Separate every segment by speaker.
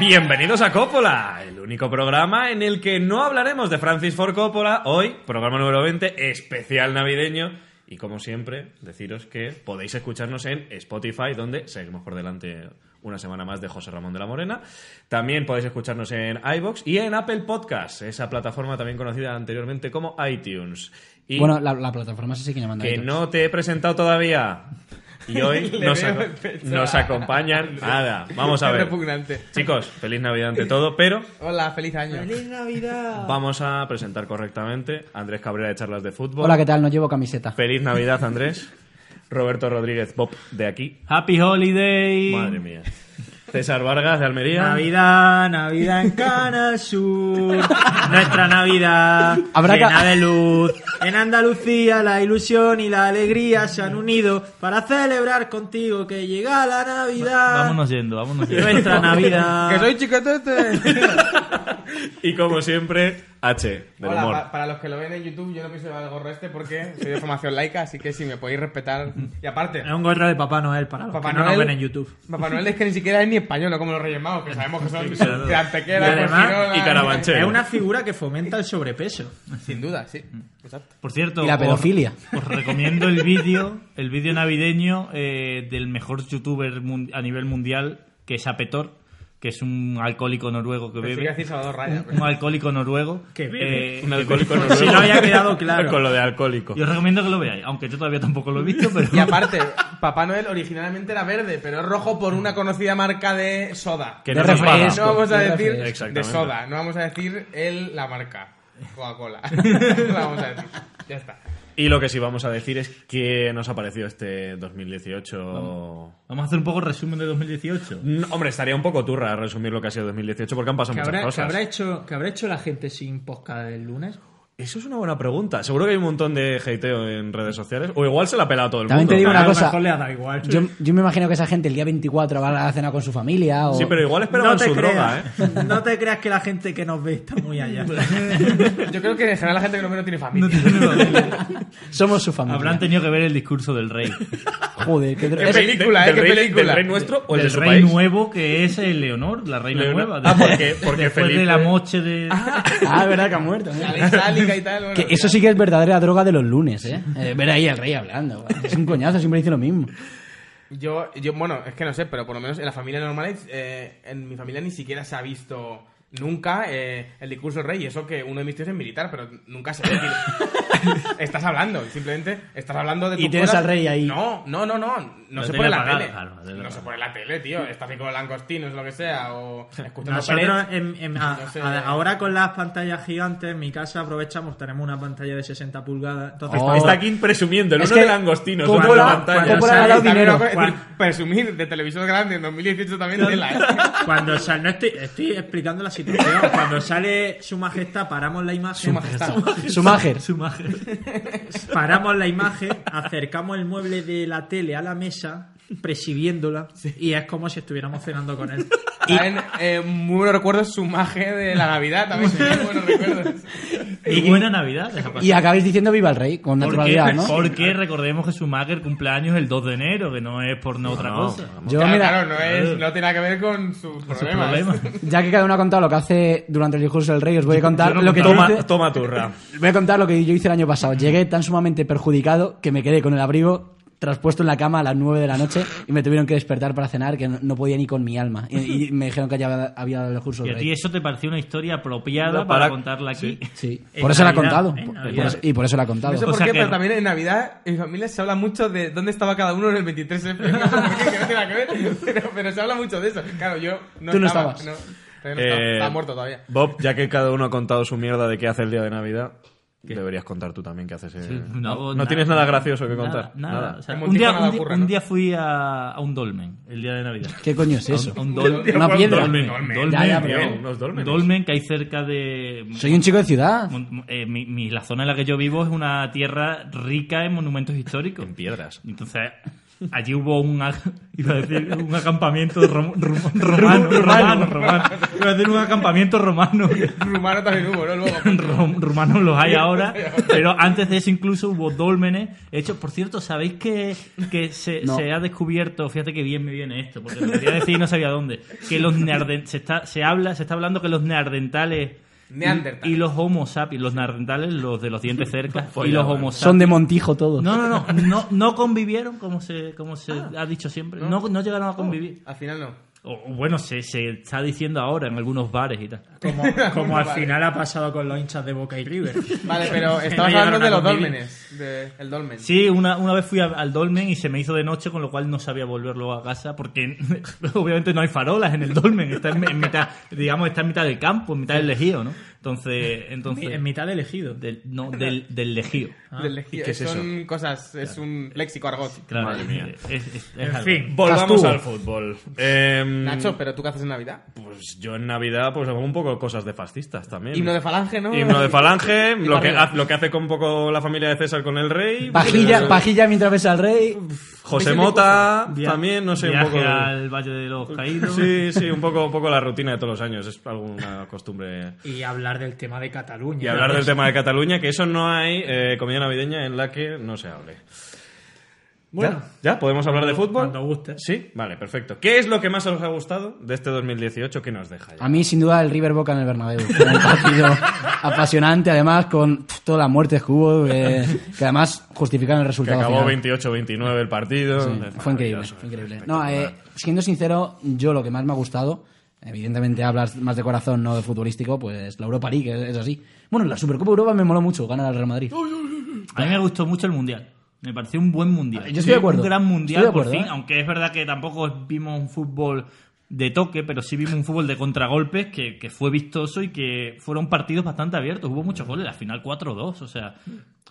Speaker 1: Bienvenidos a Coppola, el único programa en el que no hablaremos de Francis Ford Coppola. Hoy, programa número 20, especial navideño. Y como siempre, deciros que podéis escucharnos en Spotify, donde seguimos por delante una semana más de José Ramón de la Morena. También podéis escucharnos en iBox y en Apple Podcast, esa plataforma también conocida anteriormente como iTunes. Y
Speaker 2: Bueno, la, la plataforma se sigue llamando
Speaker 1: que
Speaker 2: iTunes.
Speaker 1: no te he presentado todavía. Y hoy
Speaker 3: Le
Speaker 1: nos,
Speaker 3: veo
Speaker 1: aco-
Speaker 3: empezar.
Speaker 1: nos acompañan. Nada, vamos a
Speaker 3: Es
Speaker 1: ver.
Speaker 3: repugnante.
Speaker 1: Chicos, feliz Navidad ante todo, pero
Speaker 3: Hola, feliz año.
Speaker 1: vamos a presentar correctamente a Andrés Cabrera de Charlas de Fútbol.
Speaker 2: Hola, ¿qué tal? No llevo camiseta.
Speaker 1: Feliz Navidad, Andrés. Roberto Rodríguez Bob de aquí.
Speaker 4: Happy Holiday.
Speaker 1: Madre mía. César Vargas de Almería.
Speaker 4: Navidad, Navidad en Cana Sur. Nuestra Navidad
Speaker 2: Habrá
Speaker 4: llena
Speaker 2: que-
Speaker 4: de luz. En Andalucía la ilusión y la alegría se han unido para celebrar contigo que llega la Navidad.
Speaker 5: Vámonos yendo, vámonos yendo.
Speaker 4: Nuestra Navidad.
Speaker 3: Que soy chicotete.
Speaker 1: Y como siempre, H, del
Speaker 3: Hola,
Speaker 1: humor.
Speaker 3: pa- para los que lo ven en YouTube, yo no pienso llevar el gorro este porque soy de formación laica, así que si me podéis respetar. Y aparte,
Speaker 4: Es un gorro de Papá Noel para los
Speaker 3: Papá
Speaker 4: que no
Speaker 3: Noel-
Speaker 4: lo ven en YouTube.
Speaker 3: Papá Noel es que ni siquiera es ni español, no como los Reyes Magos, que sabemos que son de Antequera,
Speaker 4: Y además-
Speaker 3: Corsinola,
Speaker 1: y Carabanchel. Sí.
Speaker 4: Es una figura que fomenta el sobrepeso.
Speaker 3: Sin duda, sí.
Speaker 4: Mm.
Speaker 3: Exacto.
Speaker 5: Por cierto,
Speaker 2: Y la
Speaker 5: os-
Speaker 2: pedofilia.
Speaker 5: Os, recomiendo el vídeo, el vídeo navideño eh, del mejor youtuber mun- a nivel mundial, que es Apetor, que es un alcohólico noruego que
Speaker 3: Pensé que iba a decir
Speaker 5: bebe.
Speaker 3: Salvador Raya.
Speaker 5: Un alcohólico noruego.
Speaker 4: Que bebe.
Speaker 5: eh,
Speaker 1: Un alcohólico
Speaker 4: Si
Speaker 1: noruego.
Speaker 4: no había quedado claro.
Speaker 1: Con lo de alcohólico.
Speaker 5: y os recomiendo que lo veáis, aunque yo todavía tampoco lo he visto, pero...
Speaker 3: Y aparte, Papá Noel originalmente era verde, pero es rojo por una conocida marca de soda.
Speaker 1: Que
Speaker 2: De
Speaker 1: no nos paga.
Speaker 2: refresco.
Speaker 3: No vamos a
Speaker 2: de
Speaker 3: decir
Speaker 2: refresco.
Speaker 3: de
Speaker 1: Exactamente.
Speaker 3: soda, no vamos a decir el, la marca Coca-Cola. No la vamos a decir. Ya está.
Speaker 1: Y lo que sí vamos a decir es que nos ha parecido este 2018.
Speaker 5: Vamos a hacer un poco resumen de 2018.
Speaker 1: No, hombre, estaría un poco turra resumir lo que ha sido 2018 porque han pasado
Speaker 4: ¿Qué
Speaker 1: muchas
Speaker 4: habrá,
Speaker 1: cosas.
Speaker 4: qué habrá hecho, qué habrá hecho la gente sin podcast el lunes?
Speaker 1: Eso es una buena pregunta. Seguro que hay un montón de hateo en redes sociales. O igual se la pela a todo el
Speaker 2: También
Speaker 1: mundo.
Speaker 2: te digo una
Speaker 4: A lo
Speaker 2: cosa.
Speaker 4: mejor le ha dado igual.
Speaker 2: Yo, yo me imagino que esa gente el día 24 va a la cena con su familia o...
Speaker 1: Sí, pero igual esperaban su droga, ¿eh?
Speaker 4: No te creas que la gente que nos ve está muy allá.
Speaker 3: Yo creo que en general la gente que no menos tiene familia.
Speaker 2: Somos su familia.
Speaker 5: Habrán tenido que ver el discurso del rey.
Speaker 2: Joder, qué dro-
Speaker 3: Qué
Speaker 2: es-
Speaker 3: peli- película,
Speaker 1: del
Speaker 3: ¿eh? Qué
Speaker 1: rey,
Speaker 3: película.
Speaker 1: del rey nuestro o el Pues de
Speaker 5: del
Speaker 1: su
Speaker 5: rey
Speaker 1: país.
Speaker 5: nuevo que es eh, Leonor, la reina
Speaker 1: Leonor.
Speaker 5: nueva.
Speaker 1: Ah, porque- porque
Speaker 5: Después
Speaker 1: Felipe-
Speaker 5: de la moche de...
Speaker 2: Ah, es verdad que ha muerto. ¿eh?
Speaker 3: La itálica y tal. bueno.
Speaker 2: Que eso sí que es verdadera droga de los lunes, ¿eh? Eh, Ver ahí al rey hablando. guau. Es un coñazo, siempre dice lo mismo.
Speaker 3: Yo, yo, bueno, es que no sé, pero por lo menos en la familia normal, eh, en mi familia ni siquiera se ha visto nunca eh, el discurso del rey. Y eso que uno de mis tíos es militar, pero nunca se ve. que- estás hablando, simplemente estás hablando de
Speaker 2: Y
Speaker 3: tus
Speaker 2: tienes
Speaker 3: cosas.
Speaker 2: al rey ahí.
Speaker 3: No, no, no, no. No,
Speaker 5: Lo
Speaker 3: se
Speaker 5: tiene
Speaker 3: pone en la
Speaker 5: apagado,
Speaker 3: tele.
Speaker 5: claro, lo tiene
Speaker 3: no se
Speaker 5: apagado.
Speaker 3: pone en la tele, tío. Estás ahí con langostinos, lo que sea, o escuchando
Speaker 4: Nosotros,
Speaker 3: Pérez.
Speaker 4: en- en- a-
Speaker 3: No sé.
Speaker 4: a- ahora con las pantallas gigantes, en mi casa aprovechamos, tenemos una pantalla de 60 pulgadas. Entonces,
Speaker 2: Oh.
Speaker 1: Está aquí presumiendo el
Speaker 2: Es
Speaker 1: uno
Speaker 2: que
Speaker 1: de langostinos
Speaker 2: Coppola-
Speaker 1: otro de pantalla.
Speaker 4: Coppola-
Speaker 2: Coppola le ha dado
Speaker 3: También
Speaker 2: dinero.
Speaker 3: una cosa-
Speaker 4: Juan.
Speaker 3: Presumir de televisor grande en 2018 también tela, ¿eh?
Speaker 4: cuando sal- no estoy, estoy explicando la situación. Cuando sale Su Majestad, paramos la imagen.
Speaker 3: Su majestad.
Speaker 2: Su mager.
Speaker 5: Su majestad.
Speaker 4: Paramos la imagen, acercamos el mueble de la tele a la mesa, presidiéndola, y es como si estuviéramos cenando con él.
Speaker 3: También, eh, muy buenos recuerdos su maje de la Navidad también. muy buenos recuerdos.
Speaker 5: Y buena Navidad. esa pasada.
Speaker 2: Y acabáis diciendo viva el rey, con
Speaker 5: Porque,
Speaker 2: naturalidad, ¿no?
Speaker 5: porque recordemos que su Schumacher cumpleaños el 2 de enero, que no es por no, otra
Speaker 1: No,
Speaker 5: cosa.
Speaker 2: Yo,
Speaker 3: claro,
Speaker 2: mira,
Speaker 3: claro, no, es, no tiene nada que ver con sus
Speaker 5: Con sus
Speaker 3: problemas.
Speaker 5: problemas.
Speaker 2: ya que cada uno ha contado lo que hace durante el discurso del rey, os voy a contar
Speaker 5: yo no
Speaker 2: lo que yo hice-
Speaker 1: Toma, toma turra.
Speaker 2: Voy a contar lo que yo hice el año pasado. Llegué tan sumamente perjudicado que me quedé con el abrigo traspuesto en la cama a las 9 de la noche y me tuvieron que despertar para cenar que no, no podía ni con mi alma. Y, y me dijeron que ya había dado el curso
Speaker 5: Y
Speaker 2: del
Speaker 5: a ti
Speaker 2: rey.
Speaker 5: eso te pareció una historia apropiada
Speaker 1: No, para-
Speaker 5: para, contarla aquí.
Speaker 2: Sí,
Speaker 5: En
Speaker 2: por eso la he
Speaker 5: Navidad,
Speaker 2: contado.
Speaker 5: en
Speaker 2: Por-
Speaker 5: Navidad.
Speaker 2: por eso- y por eso la he contado.
Speaker 3: No sé
Speaker 5: O
Speaker 3: por
Speaker 5: sea
Speaker 3: qué,
Speaker 5: que-
Speaker 3: pero también en Navidad en familia se habla mucho de dónde estaba cada uno en el 23F. No sé por qué, que no tiene nada que ver, pero, pero se habla mucho de eso. Claro, yo no
Speaker 2: Tú no
Speaker 3: estaba.
Speaker 2: estabas.
Speaker 3: todavía no estaba,
Speaker 1: Eh,
Speaker 3: estaba muerto todavía.
Speaker 1: Bob, ya que cada uno ha contado su mierda de qué hace el día de Navidad, deberías contar tú también qué haces. eh.
Speaker 5: No,
Speaker 1: tienes nada gracioso que contar.
Speaker 5: Nada. nada. O sea,
Speaker 3: En
Speaker 5: un,
Speaker 3: Montijo
Speaker 5: día,
Speaker 3: nada
Speaker 5: un día-
Speaker 3: ocurre,
Speaker 5: un
Speaker 3: ¿no?
Speaker 5: día fui a, a un dolmen, el día de Navidad.
Speaker 2: ¿Qué coño es eso?
Speaker 5: A un dolmen.
Speaker 2: Una piedra.
Speaker 5: Dolmen,
Speaker 3: Dolmen.
Speaker 5: dolmen,
Speaker 2: Ya, ya,
Speaker 5: tío.
Speaker 2: pero-
Speaker 1: Unos dólmenes.
Speaker 5: Dolmen que hay cerca de.
Speaker 2: Soy un chico de ciudad.
Speaker 5: mon- eh, mi, mi- la zona en la que yo vivo es una tierra rica en monumentos históricos.
Speaker 1: En piedras.
Speaker 5: Entonces, Allí hubo un, a- iba a decir, un acampamiento rom- rom- romano, romano, romano. Iba a decir un acampamiento romano.
Speaker 3: Rumano también hubo, ¿no? Luego.
Speaker 5: Rom- Rumanos los hay ahora, pero antes de eso incluso hubo dólmenes hechos. Por cierto, ¿sabéis que, que se,
Speaker 2: No.
Speaker 5: se ha descubierto? Fíjate que bien me viene esto, porque lo quería decir y no sabía dónde. Que los nearden- se, está, se, habla, se está hablando que los neardentales y-
Speaker 3: Neandertales.
Speaker 5: y, los homo sapiens, los neardentales, los de los dientes cerca, y los homo sapiens.
Speaker 2: Pues Son de Montijo todos.
Speaker 5: No, no, no, no, no convivieron, como se, como se
Speaker 4: Ah.
Speaker 5: ha dicho siempre. No, no llegaron
Speaker 4: Oh.
Speaker 5: a convivir.
Speaker 3: Al final no.
Speaker 5: O- o bueno, se, se está diciendo ahora en algunos bares y tal.
Speaker 4: Como, como al final ha pasado con los hinchas de Boca y River.
Speaker 3: Vale, pero
Speaker 4: Que
Speaker 3: estabas
Speaker 4: no
Speaker 3: hablando
Speaker 4: llegaron
Speaker 3: de
Speaker 4: a
Speaker 3: los
Speaker 4: convivir.
Speaker 3: dólmenes. de- el dolmen.
Speaker 5: Sí, una, una vez fui a- al dolmen y se me hizo de noche, con lo cual no sabía volver luego a casa, porque obviamente no hay farolas en el dolmen, está en, en mitad, digamos, está en mitad del campo, en mitad del lejío, ¿no? Entonces, entonces
Speaker 4: En mitad del elegido.
Speaker 5: del, no, del, del lejío.
Speaker 3: Ah. Del legi-
Speaker 1: qué es eso?
Speaker 3: son cosas, es un léxico argot.
Speaker 5: Claro,
Speaker 1: Madre mía.
Speaker 5: es- es- es
Speaker 4: En
Speaker 5: algo.
Speaker 4: fin.
Speaker 1: Volvamos
Speaker 2: Castuvo.
Speaker 1: al fútbol. Em,
Speaker 3: Nacho, pero tú qué haces en Navidad.
Speaker 1: Pues yo en Navidad pues hago un poco cosas de fascistas también.
Speaker 3: Himno de falange, ¿no?
Speaker 1: Himno de falange, lo que,
Speaker 3: arriba.
Speaker 1: ha- lo que hace con un poco la familia de César con el rey.
Speaker 2: Pajilla,
Speaker 1: Eh,
Speaker 2: pajilla mientras ves al rey.
Speaker 1: José Mota
Speaker 5: Via-
Speaker 1: también, no sé, un
Speaker 5: viaje
Speaker 1: poco... de-
Speaker 5: al Valle de los Caídos.
Speaker 1: Sí, sí, un poco, un poco la rutina de todos los años, es alguna costumbre.
Speaker 4: Y hablar del tema de Cataluña.
Speaker 1: Y hablar del tema de Cataluña, que eso no hay eh, comida navideña en la que no se hable.
Speaker 4: Bueno.
Speaker 1: ¿Ya? ¿Ya? ¿Podemos hablar de fútbol?
Speaker 4: Cuando guste.
Speaker 1: Sí, vale, perfecto. ¿Qué es lo que más os ha gustado de este 2018 que nos deja ya?
Speaker 2: A mí, sin duda, el River Boca en el Bernabéu. Fue Un partido apasionante, además, con todas las muertes que hubo, eh, que además justificaron el
Speaker 1: Que
Speaker 2: resultado
Speaker 1: acabó
Speaker 2: final.
Speaker 1: 28-29 el partido.
Speaker 2: Sí,
Speaker 1: Es
Speaker 2: fue increíble,
Speaker 1: maravilloso,
Speaker 2: fue increíble. No,
Speaker 1: espectacular.
Speaker 2: eh, siendo sincero, yo lo que más me ha gustado, evidentemente hablas más de corazón, no de futbolístico, pues la Europa League es, es así. Bueno, la Supercopa Europa me moló mucho, ganar al Real Madrid.
Speaker 5: A mí me gustó mucho el mundial. Me pareció un buen mundial.
Speaker 2: Yo estoy de acuerdo.
Speaker 5: Un gran
Speaker 2: Estoy
Speaker 5: mundial,
Speaker 2: de acuerdo,
Speaker 5: por fin.
Speaker 2: ¿eh?
Speaker 5: Aunque es verdad que tampoco vimos un fútbol de toque, pero sí vimos un fútbol de contragolpes que, que fue vistoso y que fueron partidos bastante abiertos. Hubo muchos goles, la final 4-2. O sea,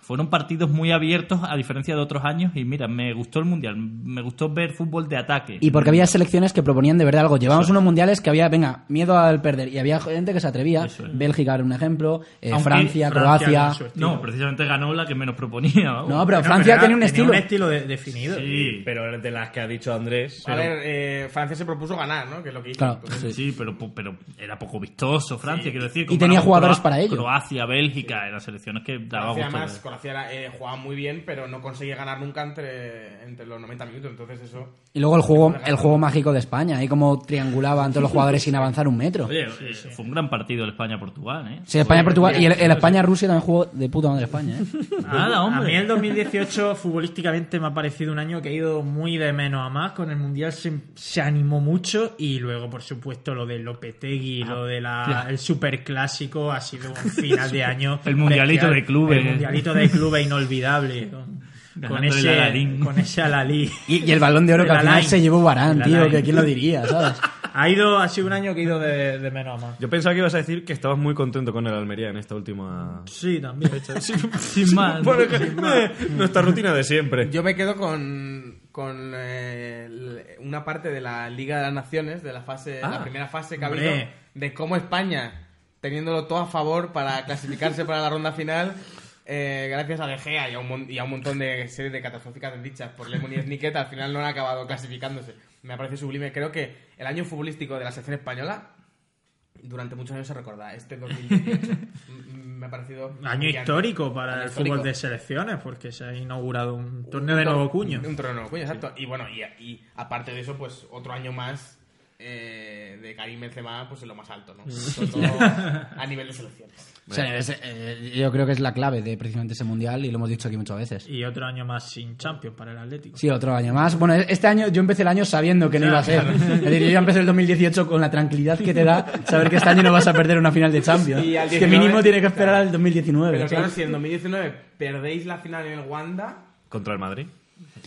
Speaker 5: fueron partidos muy abiertos a diferencia de otros años. Y mira, me gustó el mundial. Me gustó ver fútbol de ataque.
Speaker 2: Y porque había selecciones que proponían de verdad algo. Llevamos unos mundiales que había, venga, miedo al perder. Y había gente que se atrevía.
Speaker 5: Eso es.
Speaker 2: Bélgica era un ejemplo, eh,
Speaker 5: Aunque
Speaker 2: Francia,
Speaker 4: Francia
Speaker 2: Croacia.
Speaker 4: con su estilo.
Speaker 5: No, precisamente ganó la que menos proponía. vamos.
Speaker 2: No, pero
Speaker 4: Bueno,
Speaker 2: Francia
Speaker 4: era-
Speaker 2: tenía un estilo.
Speaker 4: un estilo de- definido.
Speaker 5: Sí,
Speaker 1: Pero de las que ha dicho Andrés.
Speaker 3: A ver, eh, Francia se propuso ganar, ¿no? Que es lo que hizo.
Speaker 2: Claro,
Speaker 3: Entonces,
Speaker 2: sí.
Speaker 5: Sí, pero, po- pero era poco vistoso Francia, quiero decir.
Speaker 2: Y tenía
Speaker 5: comparado con
Speaker 2: jugadores
Speaker 5: Croa-
Speaker 2: para ello.
Speaker 5: Croacia, Bélgica, eran selecciones que daba
Speaker 3: Croacia,
Speaker 5: gusto
Speaker 3: además,
Speaker 5: ver.
Speaker 3: Croacia era- eh, jugaba muy bien, pero no conseguía ganar nunca entre, entre los 90 minutos. Entonces, eso.
Speaker 2: Y luego el juego, el juego mágico de España, ahí como triangulaban todos los jugadores sin avanzar un metro.
Speaker 5: Oye, eh, fue un gran partido el España-Portugal, ¿eh?
Speaker 2: Sí, España-Portugal. Y el, el España-Rusia también jugó de puta madre España, ¿eh?
Speaker 5: Nada,
Speaker 4: Pues, A mí
Speaker 5: hombre.
Speaker 4: el 2018 futbolísticamente me ha parecido un año que ha ido muy de menos a más. Con el Mundial se, se animó mucho y luego, por supuesto, lo de Lopetegui, lo del
Speaker 5: ya.
Speaker 4: el superclásico ha sido un final de año.
Speaker 5: El mundialito
Speaker 4: bestial.
Speaker 5: de clubes.
Speaker 4: El mundialito de clubes inolvidable. Con,
Speaker 5: Ganando
Speaker 4: con
Speaker 5: el
Speaker 4: ese,
Speaker 5: Alalín.
Speaker 4: con ese Alalí.
Speaker 2: Y, y el balón de oro que
Speaker 4: El
Speaker 2: al final
Speaker 4: Alain.
Speaker 2: se llevó Barán,
Speaker 4: El
Speaker 2: tío,
Speaker 4: Alain.
Speaker 2: que quién lo diría, ¿sabes?
Speaker 4: Ha, ido, ha sido un año que ha ido de, de menos a más.
Speaker 1: Yo pensaba que ibas a decir que estabas muy contento con el Almería en esta última.
Speaker 4: Sí, también.
Speaker 5: Sin más.
Speaker 1: Bueno, es que- eh, nuestra rutina de siempre.
Speaker 3: Yo me quedo con, con eh, el- una parte de la Liga de las Naciones, de la fase,
Speaker 1: Ah,
Speaker 3: la primera fase que ha
Speaker 4: hombre.
Speaker 3: habido, de cómo España, teniéndolo todo a favor para clasificarse para la ronda final, eh, gracias a De Gea y a, un, mon- y a un montón de series de catastróficas desdichas por Lemon y Snicket, al final no han acabado clasificándose. Me parece sublime. Creo que el año futbolístico de la selección española durante muchos años se recorda. Este 2018 m- m- Mm, me ha parecido...
Speaker 4: Año
Speaker 3: brillante.
Speaker 4: histórico para
Speaker 3: Año
Speaker 4: el
Speaker 3: histórico.
Speaker 4: fútbol de selecciones porque se ha inaugurado un torneo de nuevo cuño.
Speaker 3: Un torneo de nuevo cuño, exacto. Y bueno, y, y aparte de eso, pues otro año más eh, de Karim Benzema, pues en lo más alto,
Speaker 2: Mm.
Speaker 3: ¿no? Sobre todo a nivel de selecciones.
Speaker 2: O sea, es, eh, yo creo que es la clave de precisamente ese mundial y lo hemos dicho aquí muchas veces.
Speaker 4: Y otro año más sin Champions para el Atlético.
Speaker 2: Sí, otro año más. Bueno, este año yo empecé el año sabiendo que no iba a ser. Es decir, yo ya empecé el 2018 con la tranquilidad que te da saber que este año no vas a perder una final de Champions.
Speaker 3: Y al
Speaker 2: que
Speaker 3: 19,
Speaker 2: mínimo tiene que esperar al 2019.
Speaker 3: Pero claro,
Speaker 2: ¿sabes?
Speaker 3: si en 2019 perdéis la final en el Wanda...
Speaker 1: Contra el Madrid.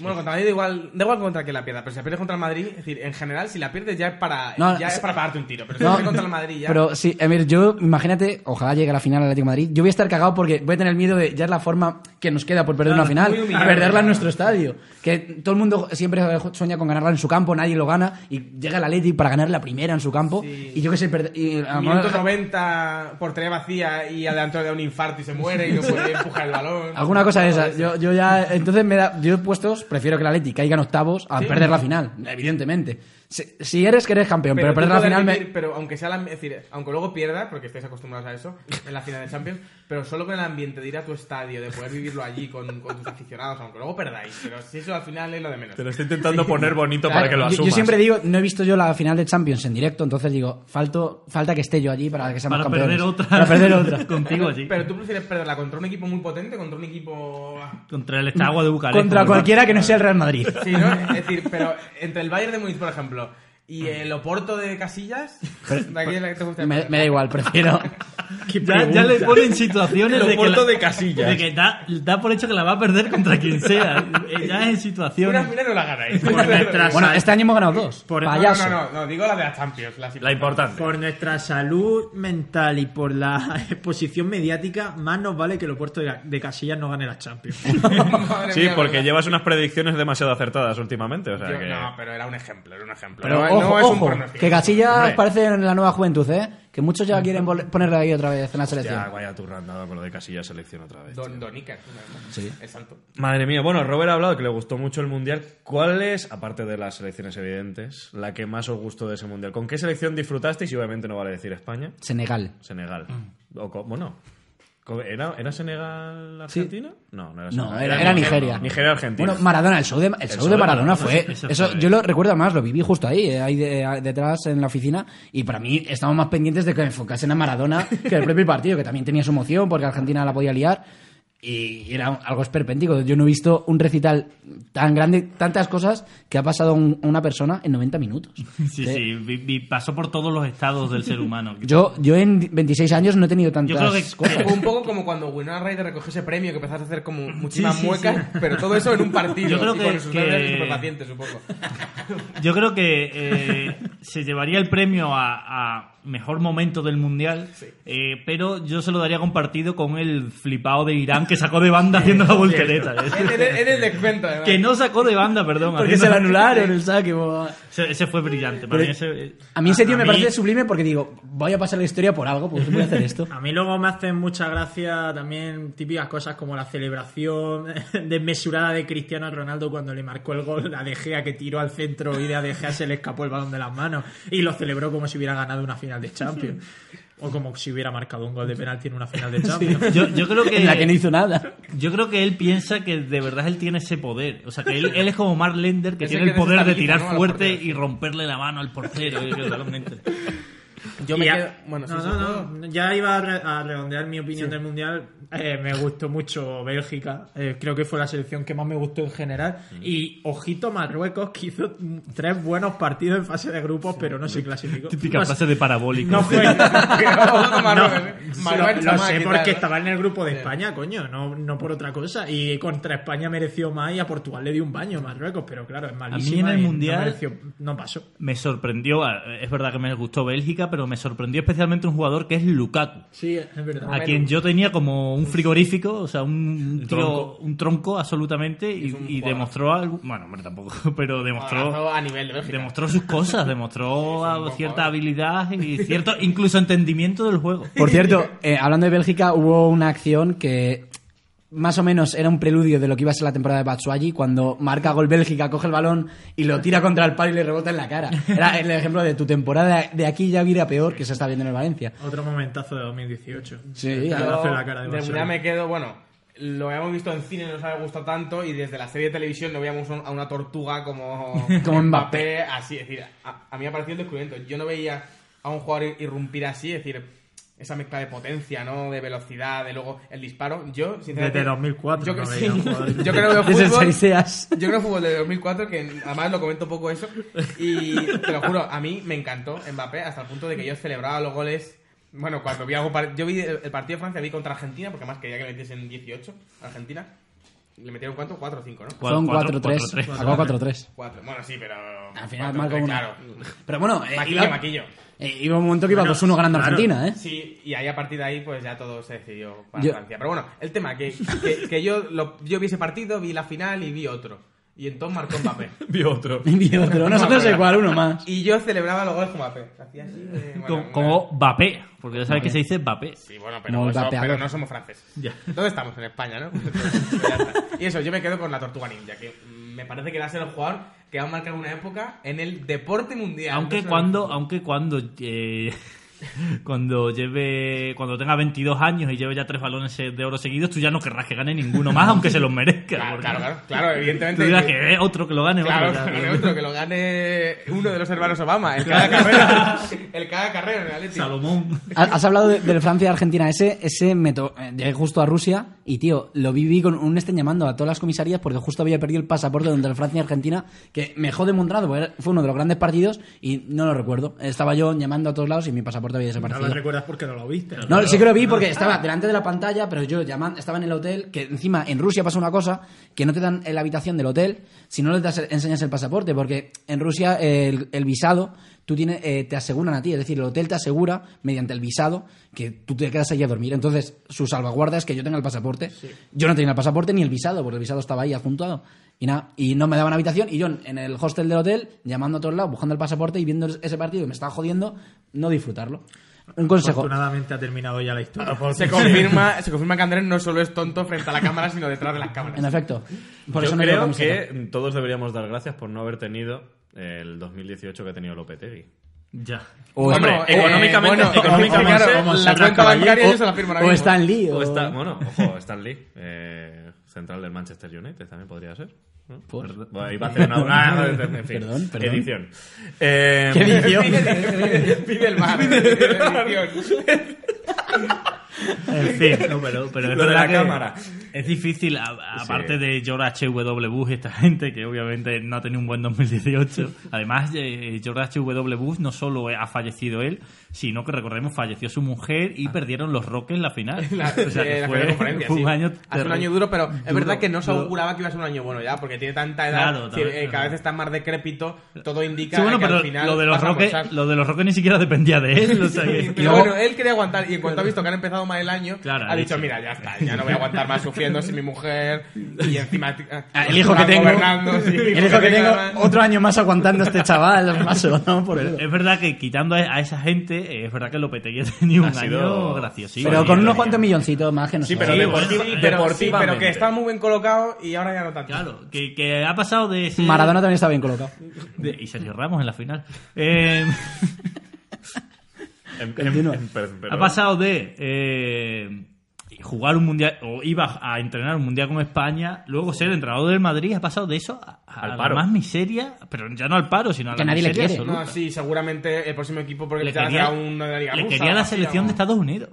Speaker 3: Bueno, contra Madrid da igual, da igual contra que la pierda, pero si la pierdes contra el Madrid, es decir, en general, si la pierdes ya es para,
Speaker 2: No,
Speaker 3: ya
Speaker 2: es-
Speaker 3: es para pagarte un tiro, pero si la
Speaker 2: No,
Speaker 3: pierdes contra el Madrid ya...
Speaker 2: Pero sí, a ver, yo, imagínate, ojalá llegue a la final Atlético de Madrid. Yo voy a estar cagado porque voy a tener miedo de ya es la forma que nos queda por perder
Speaker 3: Claro,
Speaker 2: una final.
Speaker 3: muy humillante.
Speaker 2: Perderla en nuestro estadio. Que todo el mundo siempre sueña con ganarla en su campo, nadie lo gana. Y llega el Atlético para ganar la primera en su campo.
Speaker 3: Sí.
Speaker 2: Y yo que sé, perder. y a lo
Speaker 3: Minuto
Speaker 2: mejor-
Speaker 3: 90, portería vacía y adelantó de un infarto y se muere y no puede empujar el balón.
Speaker 2: Alguna cosa de esa. Yo, yo ya. Entonces me da. Yo puestos prefiero que el Atleti caiga en octavos a perder la final, evidentemente. Si, si eres que eres campeón, pero,
Speaker 3: tú
Speaker 2: perder la
Speaker 3: puedes
Speaker 2: final... me-
Speaker 3: vivir, pero aunque sea la- es decir, aunque luego pierdas, porque estáis acostumbrados a eso, en la final de Champions, pero solo con el ambiente de ir a tu estadio, de poder vivirlo allí con, con tus aficionados, aunque luego perdáis. Pero si eso al final es lo de menos.
Speaker 1: Te lo estoy intentando poner bonito para
Speaker 2: Claro,
Speaker 1: que lo
Speaker 2: yo-
Speaker 1: asumas.
Speaker 2: Yo, siempre digo, no he visto yo la final de Champions en directo, entonces digo, falto, falta que esté yo allí para que seamos
Speaker 5: Para
Speaker 2: campeones.
Speaker 5: perder otra.
Speaker 2: Para perder otra.
Speaker 5: Contigo allí.
Speaker 3: Pero tú prefieres perderla contra un equipo muy potente, contra un equipo.
Speaker 5: Contra el Estagua de Bucarest.
Speaker 2: Contra
Speaker 5: por ejemplo.
Speaker 2: cualquiera que no sea el Real Madrid.
Speaker 3: Sí, ¿no? Es decir, pero entre el Bayern de Múnich, por ejemplo, y el Oporto de Casillas, ¿de aquí es la que te gusta?
Speaker 2: Me, me da igual, prefiero.
Speaker 5: Ya, ya le ponen situaciones
Speaker 1: Lo
Speaker 5: de que,
Speaker 1: puerto
Speaker 5: la-
Speaker 1: de Casillas.
Speaker 5: de que da, da por hecho que la va a perder contra quien sea. Eh, Ya es en
Speaker 3: Una
Speaker 5: situaciones.
Speaker 3: final no la ganáis.
Speaker 4: Por nuestra
Speaker 2: Bueno,
Speaker 4: sal-
Speaker 2: este año hemos ganado dos.
Speaker 4: Por- no,
Speaker 3: No,
Speaker 2: Payaso.
Speaker 3: no, no, no, digo la de las Champions. las
Speaker 1: La importante.
Speaker 4: por nuestra salud mental y por la exposición mediática, más nos vale que el Oporto de, de Casillas no gane la Champions.
Speaker 3: Madre
Speaker 1: Sí,
Speaker 3: mía,
Speaker 1: porque
Speaker 3: ¿verdad?
Speaker 1: llevas unas predicciones demasiado acertadas últimamente. O sea
Speaker 3: Yo-
Speaker 1: que...
Speaker 3: No, pero era un ejemplo, era un ejemplo.
Speaker 2: Pero
Speaker 3: no,
Speaker 2: ojo,
Speaker 3: no es un
Speaker 2: ojo,
Speaker 3: pronóstico.
Speaker 2: que Casillas
Speaker 1: Hombre.
Speaker 2: parece en la nueva juventud, ¿eh? Que muchos ya quieren vol- ponerle ahí otra vez en la selección.
Speaker 1: Ya, vaya turrán dado con lo de Casillas selección otra vez. tío.
Speaker 3: Don, Don Iker, ¿no? el santo.
Speaker 1: Madre mía, bueno, Robert ha hablado de que le gustó mucho el Mundial. ¿Cuál es, aparte de las selecciones evidentes, la que más os gustó de ese Mundial? ¿Con qué selección disfrutasteis? Y obviamente no vale decir España,
Speaker 2: Senegal.
Speaker 1: Senegal.
Speaker 5: Mm.
Speaker 1: O co- bueno, co- ¿era, era Senegal Argentina? No, no era Senegal.
Speaker 2: No, era, era Nigeria.
Speaker 1: Nigeria Argentina.
Speaker 2: Bueno, Maradona, el show de, el show
Speaker 1: show
Speaker 2: de
Speaker 1: de
Speaker 2: Maradona
Speaker 1: Maradona,
Speaker 2: fue.
Speaker 5: sí, eso
Speaker 2: Eso
Speaker 5: fue.
Speaker 2: yo lo recuerdo más, lo viví justo ahí, eh, ahí de- a- detrás en la oficina. Y para mí estábamos más pendientes de que enfocasen a Maradona que el propio partido, que también tenía su emoción porque Argentina la podía liar. Y era un- algo esperpéntico. Yo no he visto un recital tan grande, tantas cosas que ha pasado un- una persona en 90 minutos.
Speaker 5: Sí, sí, vi- vi- pasó por todos los estados del ser humano.
Speaker 2: Yo, yo en 26 años no he tenido tantas
Speaker 5: creo que-
Speaker 2: cosas.
Speaker 3: Fue un poco como cuando Winona Ryder recogió ese premio que empezaste a hacer como muchísimas
Speaker 5: Sí, sí,
Speaker 3: muecas, pero todo eso en un partido.
Speaker 5: Yo creo
Speaker 3: y
Speaker 5: que-
Speaker 3: con sus
Speaker 5: que-
Speaker 3: nervios superpacientes, supongo.
Speaker 5: Yo creo que eh, se llevaría el premio a, a mejor momento del mundial, eh, pero yo se lo daría compartido con el flipado de Irán que sacó de banda haciendo la voltereta.
Speaker 3: En, en- en el descuento, además.
Speaker 5: Que no sacó de banda, perdón.
Speaker 2: Porque
Speaker 5: haciendo-
Speaker 2: se lo anularon el saque. bo-
Speaker 5: Ese, ese fue brillante. Para mí ese- eh,
Speaker 2: A mí ese tío me
Speaker 5: mí-
Speaker 2: parece sublime porque digo, voy a pasar la historia por algo, porque voy a hacer esto.
Speaker 4: A mí luego me hacen mucha gracia también típicas cosas como la celebración desmesurada de Cristiano Ronaldo cuando le marcó el gol a De Gea que tiró al centro y de a De Gea se le escapó el balón de las manos y lo celebró como si hubiera ganado una final de Champions. O como si hubiera marcado un gol de penalti en una final de Champions.
Speaker 5: Yo, yo creo que,
Speaker 2: En la que no hizo nada.
Speaker 5: yo creo que él piensa que de verdad él tiene ese poder. O sea, que él, él es como Mark Lender, que
Speaker 3: Ese
Speaker 5: tiene
Speaker 3: que
Speaker 5: el poder de
Speaker 3: desestabiliza,
Speaker 5: tirar
Speaker 3: ¿no? a los
Speaker 5: fuerte
Speaker 3: porteros.
Speaker 5: y romperle la mano al portero. Yo creo, totalmente.
Speaker 3: Yo me
Speaker 4: Y a-
Speaker 3: quedo. Bueno, sí,
Speaker 4: no,
Speaker 3: sí,
Speaker 4: no,
Speaker 3: no.
Speaker 4: no. Ya iba a, re- a redondear mi opinión del mundial. Eh, me gustó mucho Bélgica. Eh, creo que fue la selección que más me gustó en general. Y ojito Marruecos, que hizo tres buenos partidos en fase de grupos, pero no se clasificó.
Speaker 5: Típica
Speaker 4: No-
Speaker 5: frase de parabólico.
Speaker 4: No fue.
Speaker 3: Ojo con Marruecos, ¿eh?
Speaker 4: No,
Speaker 3: Marruecos,
Speaker 4: lo, lo
Speaker 3: más
Speaker 4: sé
Speaker 3: que tal,
Speaker 4: porque
Speaker 3: ¿no?
Speaker 4: estaba en el grupo de
Speaker 3: Sí.
Speaker 4: España, coño, no, no por otra cosa. Y contra España mereció más y a Portugal le dio un baño Marruecos, pero claro, es malísimo.
Speaker 5: el Mundial-
Speaker 4: no pasó.
Speaker 5: Me sorprendió, es verdad que me gustó Bélgica, pero me sorprendió especialmente un jugador que es Lukaku.
Speaker 4: Sí, es verdad.
Speaker 5: A quien yo tenía como un frigorífico, o sea, un, tío-
Speaker 1: tronco.
Speaker 5: un tronco absolutamente, y,
Speaker 3: Es un
Speaker 5: y
Speaker 3: jugadorazo.
Speaker 5: demostró algo. Bueno, hombre, tampoco, pero demostró,
Speaker 3: Abrazo a nivel de Bélgica.
Speaker 5: demostró sus cosas, demostró
Speaker 3: es un buen
Speaker 5: cierta
Speaker 3: jugador.
Speaker 5: habilidad y cierto, incluso entendimiento del juego.
Speaker 2: Por cierto, eh, hablando de Bélgica, hubo una acción que más o menos era un preludio de lo que iba a ser la temporada de Batshuayi cuando marca gol Bélgica, coge el balón y lo tira contra el palo y le rebota en la cara. Era el ejemplo de tu temporada de aquí ya vira peor que se está viendo en el Valencia.
Speaker 4: Otro momentazo de 2018.
Speaker 2: Sí,
Speaker 4: El
Speaker 2: yo-
Speaker 4: pedazo en la cara de
Speaker 3: de
Speaker 4: Barcelona.
Speaker 3: una me quedo, bueno, lo habíamos visto en cine, nos había gustado tanto, y desde la serie de televisión no veíamos un- a una tortuga como,
Speaker 2: Como Mbappé.
Speaker 3: Así, es decir, a, a mí me ha parecido el descubrimiento. Yo no veía a un jugador ir- irrumpir así, es decir, esa mezcla de potencia, ¿no? De velocidad, de luego el disparo. Yo, sinceramente.
Speaker 4: Desde 2004
Speaker 3: Yo,
Speaker 4: no
Speaker 3: que- sí,
Speaker 4: veía un jugador.
Speaker 3: yo creo que veo
Speaker 2: Desde el
Speaker 3: fútbol-
Speaker 2: Saiseas.
Speaker 3: yo creo fútbol de 2004, que además lo comento poco eso, y te lo juro, a mí me encantó Mbappé hasta el punto de que yo celebraba los goles. Bueno, cuando vi algo, par- yo vi el el partido de Francia, vi contra Argentina, porque más quería que le metiesen 18 a Argentina. ¿Le metieron cuánto? 4 o 5, ¿no?
Speaker 5: Cuatro-
Speaker 2: Son
Speaker 5: cuatro-
Speaker 2: 4-3.
Speaker 5: cuatro-
Speaker 2: Acabó 4-3.
Speaker 3: 4. Bueno, sí, pero.
Speaker 2: Al final
Speaker 3: cuatro,
Speaker 2: marca
Speaker 3: tres,
Speaker 2: uno.
Speaker 3: Claro.
Speaker 2: Pero bueno, eh,
Speaker 3: Maquillo,
Speaker 2: iba,
Speaker 3: maquillo.
Speaker 2: eh, iba un momento que iba
Speaker 4: Bueno,
Speaker 2: 2-1 ganando
Speaker 4: claro.
Speaker 2: Argentina, ¿eh?
Speaker 3: Sí, y ahí a partir de ahí, pues ya todo se decidió para
Speaker 2: Yo-
Speaker 3: Francia. Pero bueno, el tema, que, que, que yo, lo- yo vi ese partido, vi la final y vi otro. Y entonces marcó Mbappé.
Speaker 1: Vi otro.
Speaker 2: Y otro, no sé, no sé cuál, uno más.
Speaker 3: Y yo celebraba los goles con Mbappé. Hacía así. eh, bueno,
Speaker 5: Como,
Speaker 3: una-
Speaker 5: como Mbappé, porque ya sabes que se dice Mbappé.
Speaker 3: Sí, bueno, pero,
Speaker 2: Como el
Speaker 3: eso-
Speaker 2: vapeador.
Speaker 3: pero no somos franceses.
Speaker 5: Ya.
Speaker 3: pues, ¿Dónde estamos? En España, ¿no? Entonces, pues ya está. y eso, yo me quedo con la tortuga ninja, que mm, me parece que va a ser el jugador que va a marcar una época en el deporte mundial.
Speaker 5: Aunque
Speaker 3: Entonces,
Speaker 5: cuando, aunque cuando, eh, cuando lleve, cuando tenga 22 años y lleve ya tres balones de oro seguidos, tú ya no querrás que gane ninguno más, aunque se los merezca.
Speaker 3: Claro,
Speaker 5: porque
Speaker 3: claro, claro, claro,
Speaker 5: Tú
Speaker 3: evidentemente.
Speaker 5: dirás que eh, otro que lo gane.
Speaker 3: Claro,
Speaker 5: otro,
Speaker 3: que otro, que lo gane uno de los hermanos Obama, el cada carrera. El cada carrera en el Atleti.
Speaker 5: Salomón.
Speaker 2: Ha- Has hablado de, de Francia-Argentina. Ese, ese me to- eh, Llegué justo a Rusia y, tío, lo viví con un estén llamando a todas las comisarías porque justo había perdido el pasaporte entre Francia y Argentina, que me jode mondrado porque era- fue uno de los grandes partidos y no lo recuerdo. Estaba yo llamando a todos lados y mi pasaporte había
Speaker 4: No lo
Speaker 2: desaparecido.
Speaker 4: recuerdas porque no lo viste.
Speaker 2: No, sí que lo vi porque estaba delante de la pantalla, pero yo llamando, estaba en el hotel, que encima en Rusia pasa una cosa, que no te dan en la habitación del hotel si no les das- enseñas el pasaporte, porque en Rusia eh, el, el visado tú tienes, eh, te aseguran a ti, es decir, el hotel te asegura mediante el visado que tú te quedas ahí a dormir. Entonces, su salvaguarda es que yo tenga el pasaporte. Yo no tenía el pasaporte ni el visado, porque el visado estaba ahí adjuntado. Y nada, y no me daban habitación, y yo en el hostel del hotel, llamando a todos lados, buscando el pasaporte y viendo ese partido que me estaba jodiendo, no disfrutarlo. Un consejo.
Speaker 4: Afortunadamente ha terminado ya la historia.
Speaker 3: Ah, pues, Se confirma, se confirma que Andrés no solo es tonto frente a la cámara, sino detrás de las
Speaker 2: En
Speaker 3: cámaras.
Speaker 2: efecto. Por
Speaker 1: Yo
Speaker 2: eso no llevo
Speaker 1: creo
Speaker 2: camiseta.
Speaker 1: que todos deberíamos dar gracias por no haber tenido el 2018 que ha tenido Lopetegui.
Speaker 5: Ya.
Speaker 2: O,
Speaker 1: Hombre,
Speaker 3: Bueno,
Speaker 1: económicamente- económicamente-
Speaker 3: claro,
Speaker 1: como
Speaker 3: la
Speaker 4: Serra
Speaker 3: cuenta
Speaker 4: Caballero,
Speaker 3: bancaria yo se la firmo ahora
Speaker 2: o
Speaker 3: mismo.
Speaker 2: Stan Lee. O...
Speaker 1: O está, bueno, ojo, Stan Lee, eh, central del Manchester United también podría ser. ¿no? Pues, Bueno, iba a hacer una. una- en fin,
Speaker 2: Perdón, perdón.
Speaker 1: Edición. Eh,
Speaker 2: ¿Qué edición?
Speaker 3: Pide el mar. pide el edición.
Speaker 5: En fin, no, pero, pero es
Speaker 1: Lo de
Speaker 5: verdad
Speaker 1: la
Speaker 5: que
Speaker 1: cámara.
Speaker 5: Es difícil, a-
Speaker 1: Sí.
Speaker 5: aparte de George H.W. Bush y esta gente, que obviamente no ha tenido un buen 2018. Además, eh, George H.W. Bush no solo eh, ha fallecido él, sino que recordemos, falleció su mujer y perdieron los Rockets la final.
Speaker 3: Ah. La-
Speaker 5: O sea, que
Speaker 3: eh, la
Speaker 5: fue
Speaker 3: videoconferencia,
Speaker 5: un
Speaker 3: sí.
Speaker 5: año
Speaker 3: Hace un
Speaker 5: terrible.
Speaker 3: año duro, pero es verdad que no se
Speaker 5: duro.
Speaker 3: auguraba que iba a ser un año bueno ya, porque tiene tanta edad,
Speaker 5: Claro,
Speaker 3: sí,
Speaker 5: también,
Speaker 3: eh,
Speaker 5: claro.
Speaker 3: cada vez está más decrépito, todo indica
Speaker 5: Sí, bueno,
Speaker 3: que
Speaker 5: pero
Speaker 3: al final
Speaker 5: lo de los
Speaker 3: pasa por
Speaker 5: Rockets
Speaker 3: saco.
Speaker 5: lo de los Rockets ni siquiera dependía de él. O sea que,
Speaker 3: Pero
Speaker 2: luego-
Speaker 3: bueno, él quería aguantar y en cuanto ha visto que han empezado mal el año,
Speaker 5: Claro,
Speaker 3: ha
Speaker 5: ha
Speaker 3: dicho,
Speaker 5: dicho.
Speaker 3: mira, ya está, ya no voy a aguantar más sufriendo sin mi mujer y encima ti-
Speaker 2: Ah, el hijo que
Speaker 3: van
Speaker 2: tengo.
Speaker 3: gobernando, sí,
Speaker 2: El hijo que tengo.
Speaker 3: además.
Speaker 2: Otro año más aguantando este chaval. Más o no, por el...
Speaker 5: es verdad que quitando a- a esa gente, eh, es verdad que Lopetegui ha tenido
Speaker 1: Ha
Speaker 5: un
Speaker 1: sido-
Speaker 5: año graciosísimo.
Speaker 2: Pero
Speaker 1: Sí,
Speaker 2: con
Speaker 1: sí,
Speaker 2: unos
Speaker 1: sí.
Speaker 2: cuantos milloncitos más que no
Speaker 1: Sí,
Speaker 2: sé.
Speaker 1: pero
Speaker 5: Sí,
Speaker 1: deporti-
Speaker 5: bueno,
Speaker 3: Sí, pero, sí,
Speaker 1: deportivamente.
Speaker 3: pero que está muy bien colocado y ahora ya no tanto.
Speaker 5: Claro, que, que ha pasado de ser-
Speaker 2: Maradona también está bien colocado.
Speaker 5: de- y Sergio Ramos en la final. Eh,
Speaker 1: en- en-
Speaker 2: Continúa.
Speaker 1: en- pero- em, pero-
Speaker 5: ha pasado de eh, jugar un mundial, o iba a entrenar un mundial con España, luego ser entrenador del Madrid, ha pasado de eso a, a
Speaker 1: Al
Speaker 5: la
Speaker 1: paro.
Speaker 5: más miseria, pero ya no al paro, sino a
Speaker 2: Que
Speaker 5: la
Speaker 2: nadie le
Speaker 5: miseria
Speaker 2: quiere.
Speaker 5: absoluta.
Speaker 3: No, sí, seguramente el próximo equipo porque
Speaker 5: Le
Speaker 3: quizás
Speaker 5: quería,
Speaker 3: sea uno de la Liga
Speaker 5: le
Speaker 3: Rusa,
Speaker 5: quería
Speaker 3: o
Speaker 5: la
Speaker 3: así,
Speaker 5: selección
Speaker 3: o-
Speaker 5: de Estados Unidos.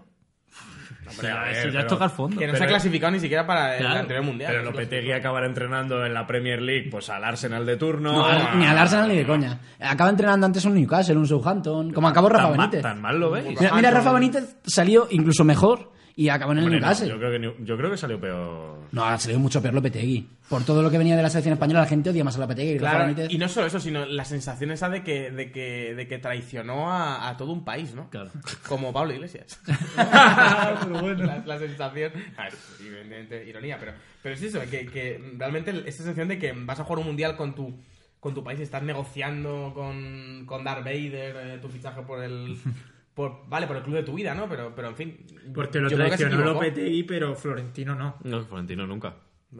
Speaker 1: Hombre, a
Speaker 5: Ya,
Speaker 1: ver,
Speaker 5: eso ya
Speaker 1: pero-
Speaker 5: es tocar fondo.
Speaker 3: Que no se ha
Speaker 1: Pero-
Speaker 3: clasificado ni siquiera para el
Speaker 5: Claro.
Speaker 3: anterior mundial.
Speaker 1: Pero Lopetegui acabará entrenando en la Premier League, pues al Arsenal de turno.
Speaker 2: No,
Speaker 1: Ah,
Speaker 2: ni al Arsenal ni de coña. Acaba entrenando antes un Newcastle, un Southampton. Como acabó Rafa
Speaker 1: Tan, ma-
Speaker 2: Benítez.
Speaker 1: tan mal lo veis.
Speaker 2: Mira, mira, Rafa Benítez salió incluso mejor y acabó en el
Speaker 1: Hombre, no,
Speaker 2: Newcastle.
Speaker 1: yo, creo que, ni- yo creo que salió peor.
Speaker 2: No, ha salido mucho peor Lopetegui. Por todo lo que venía de la selección española, la gente odia más a Lopetegui. que Rafa
Speaker 3: Claro,
Speaker 2: Benítez.
Speaker 3: y no solo eso, sino la sensación esa de que, de que, de que traicionó a, a todo un país, ¿no?
Speaker 5: Claro.
Speaker 3: Como Pablo Iglesias.
Speaker 4: Ah,
Speaker 3: la, la sensación. Ah, es evidentemente ironía, pero, pero es eso, que, que realmente esa sensación de que vas a jugar un mundial con tu con tu país, estás negociando con, con Darth Vader, eh, tu fichaje por el. Por, vale, por el club de tu vida, ¿no? Pero, pero en fin.
Speaker 4: Porque lo
Speaker 3: yo creo que se
Speaker 4: traicionó
Speaker 3: equivocó.
Speaker 4: Lopetegui, pero Florentino no.
Speaker 1: No, Florentino nunca.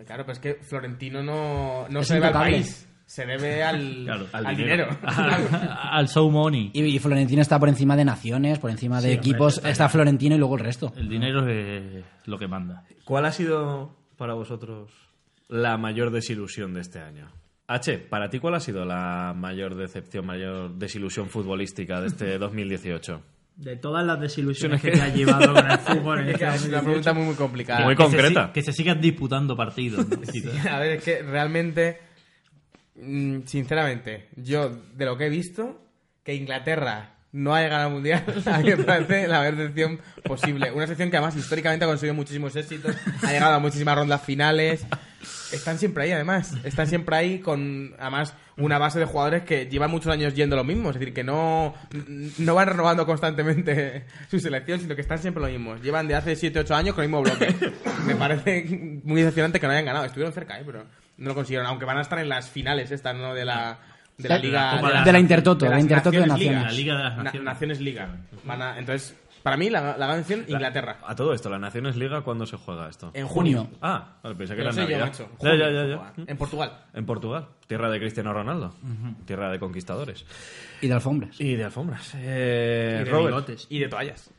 Speaker 3: Claro, pero es que Florentino no, no
Speaker 2: Es
Speaker 3: se debe al
Speaker 2: intocable.
Speaker 3: país, se debe al,
Speaker 5: Claro,
Speaker 3: al,
Speaker 1: al
Speaker 3: dinero.
Speaker 1: dinero.
Speaker 5: al, al show money.
Speaker 2: Y, y Florentino está por encima de naciones, por encima de
Speaker 4: Sí, hombre,
Speaker 2: equipos.
Speaker 4: total.
Speaker 2: está Florentino y luego el resto.
Speaker 5: El dinero es lo que manda.
Speaker 1: ¿Cuál ha sido para vosotros la mayor desilusión de este año? H, ¿para ti cuál ha sido la mayor decepción, mayor desilusión futbolística de este 2018?
Speaker 4: De todas las desilusiones que te ha llevado con el fútbol en
Speaker 3: Es
Speaker 4: este
Speaker 3: que es una
Speaker 4: 2018.
Speaker 3: pregunta muy, muy complicada.
Speaker 1: Muy
Speaker 5: Que se
Speaker 1: concreta.
Speaker 5: si- Que se, sigan disputando partidos. ¿no?
Speaker 3: A ver, es que realmente, mm, sinceramente, yo de lo que he visto, que Inglaterra no haya ganado el mundial, a mí me parece la mayor decepción posible. Una sección que además históricamente ha conseguido muchísimos éxitos, ha llegado a muchísimas rondas finales. Están siempre ahí, además. Están siempre ahí con, además, una base de jugadores que llevan muchos años yendo lo mismo. Es decir, que no, no van renovando constantemente su selección, sino que están siempre lo mismo. Llevan de hace 7, 8 años con el mismo bloque. Me parece muy decepcionante que no hayan ganado. Estuvieron cerca, ¿eh? pero no lo consiguieron. Aunque van a estar en las finales estas, ¿no? De la, de la
Speaker 2: De la
Speaker 3: Liga...
Speaker 5: Copa de
Speaker 2: la Intertoto,
Speaker 3: de
Speaker 2: la
Speaker 3: las
Speaker 2: Intertoto de
Speaker 3: Naciones
Speaker 2: Naciones.
Speaker 3: Liga.
Speaker 5: La Liga de las
Speaker 3: Na-
Speaker 5: Naciones.
Speaker 3: Naciones Liga. Van a- entonces, Para mí, la, la gran opción, Inglaterra.
Speaker 1: A todo esto, ¿la Naciones Liga cuándo se juega esto?
Speaker 3: En junio.
Speaker 2: Junio.
Speaker 1: Ah, vale, pensé que
Speaker 3: Pero
Speaker 1: era en
Speaker 3: soy yo,
Speaker 1: Navidad.
Speaker 3: macho.
Speaker 1: Ya, ya,
Speaker 3: Junio.
Speaker 1: ya, ya.
Speaker 3: En Portugal.
Speaker 1: En Portugal, tierra de Cristiano Ronaldo, tierra de conquistadores
Speaker 2: Y de alfombras.
Speaker 1: y de alfombras. Eh,
Speaker 5: Y de
Speaker 1: Robert.
Speaker 5: bigotes.
Speaker 3: Y de toallas.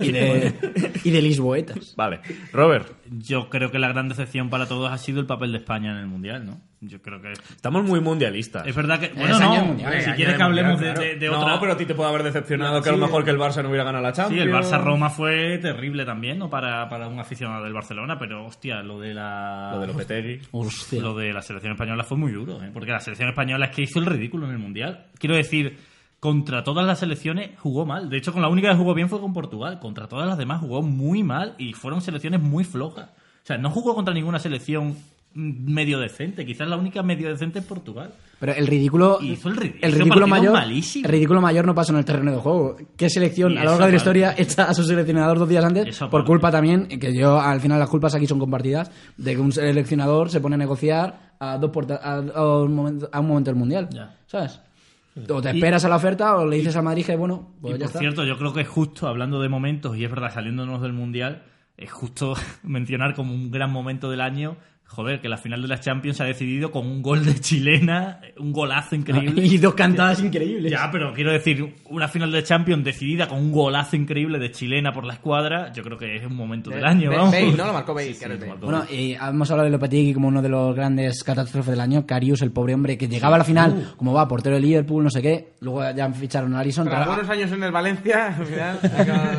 Speaker 2: Y de, y de lisboetas.
Speaker 1: Vale, Robert,
Speaker 5: Yo creo que la gran decepción para todos ha sido el papel de España en el Mundial, ¿no? Yo creo que...
Speaker 1: estamos muy mundialistas.
Speaker 5: Es verdad que... Bueno,
Speaker 2: Es año
Speaker 5: no,
Speaker 2: mundial,
Speaker 5: si
Speaker 3: año
Speaker 5: quieres que hablemos
Speaker 3: mundial,
Speaker 5: de, de- de
Speaker 1: no,
Speaker 5: otra...
Speaker 1: pero a ti te puede haber decepcionado que a lo mejor que el Barça no hubiera ganado la
Speaker 5: Sí,
Speaker 1: Champions.
Speaker 5: el Barça-Roma fue terrible también, ¿no? Para, para un aficionado del Barcelona, pero hostia, lo de la...
Speaker 1: Lo de Lopetegui.
Speaker 2: Hostia.
Speaker 5: Lo de la selección española fue muy duro, ¿eh? porque la selección española es que hizo el ridículo en el Mundial. Quiero decir, contra todas las selecciones jugó mal. De hecho, con la única que jugó bien fue con Portugal. Contra todas las demás jugó muy mal y fueron selecciones muy flojas. O sea, no jugó contra ninguna selección mm, medio decente. Quizás la única medio decente es Portugal.
Speaker 2: Pero el ridículo.
Speaker 5: Hizo el ridículo.
Speaker 2: el ridículo mayor.
Speaker 5: Partido malísimo.
Speaker 2: El ridículo mayor no pasa en el terreno de juego. ¿Qué selección
Speaker 5: Y
Speaker 2: a lo largo
Speaker 5: eso
Speaker 2: de la
Speaker 5: aparte.
Speaker 2: historia echa a su seleccionador dos días antes?
Speaker 5: Eso
Speaker 2: por
Speaker 5: aparte.
Speaker 2: culpa también, que yo al final las culpas aquí son compartidas, de que un seleccionador se pone a negociar a dos puertas a, a un, momento, a un momento del mundial.
Speaker 5: Ya.
Speaker 2: ¿Sabes? O te esperas a la oferta o le dices a Madrid que bueno, pues
Speaker 5: y
Speaker 2: ya
Speaker 5: por
Speaker 2: está.
Speaker 5: cierto, yo creo que es justo, hablando de momentos, y es verdad, saliéndonos del Mundial, es justo mencionar como un gran momento del año, joder, que la final de la Champions se ha decidido con un gol de chilena, un golazo increíble.
Speaker 2: Ah, y dos cantadas increíbles.
Speaker 5: Ya, pero quiero decir, una final de Champions decidida con un golazo increíble de chilena por la escuadra, yo creo que es un momento del año,
Speaker 3: Be-
Speaker 5: vamos.
Speaker 3: Bale, ¿no? Lo marcó Bale. claro, Bale.
Speaker 2: Bueno, y hemos hablado de Lopetegui como uno de los grandes catástrofes del año. Carius, el pobre hombre que llegaba a la final, como va, portero de Liverpool, no sé qué. Luego ya ficharon a Alisson.
Speaker 3: Tras
Speaker 2: tal.
Speaker 3: buenos años en el Valencia, al final,
Speaker 2: Eh,
Speaker 3: acaba-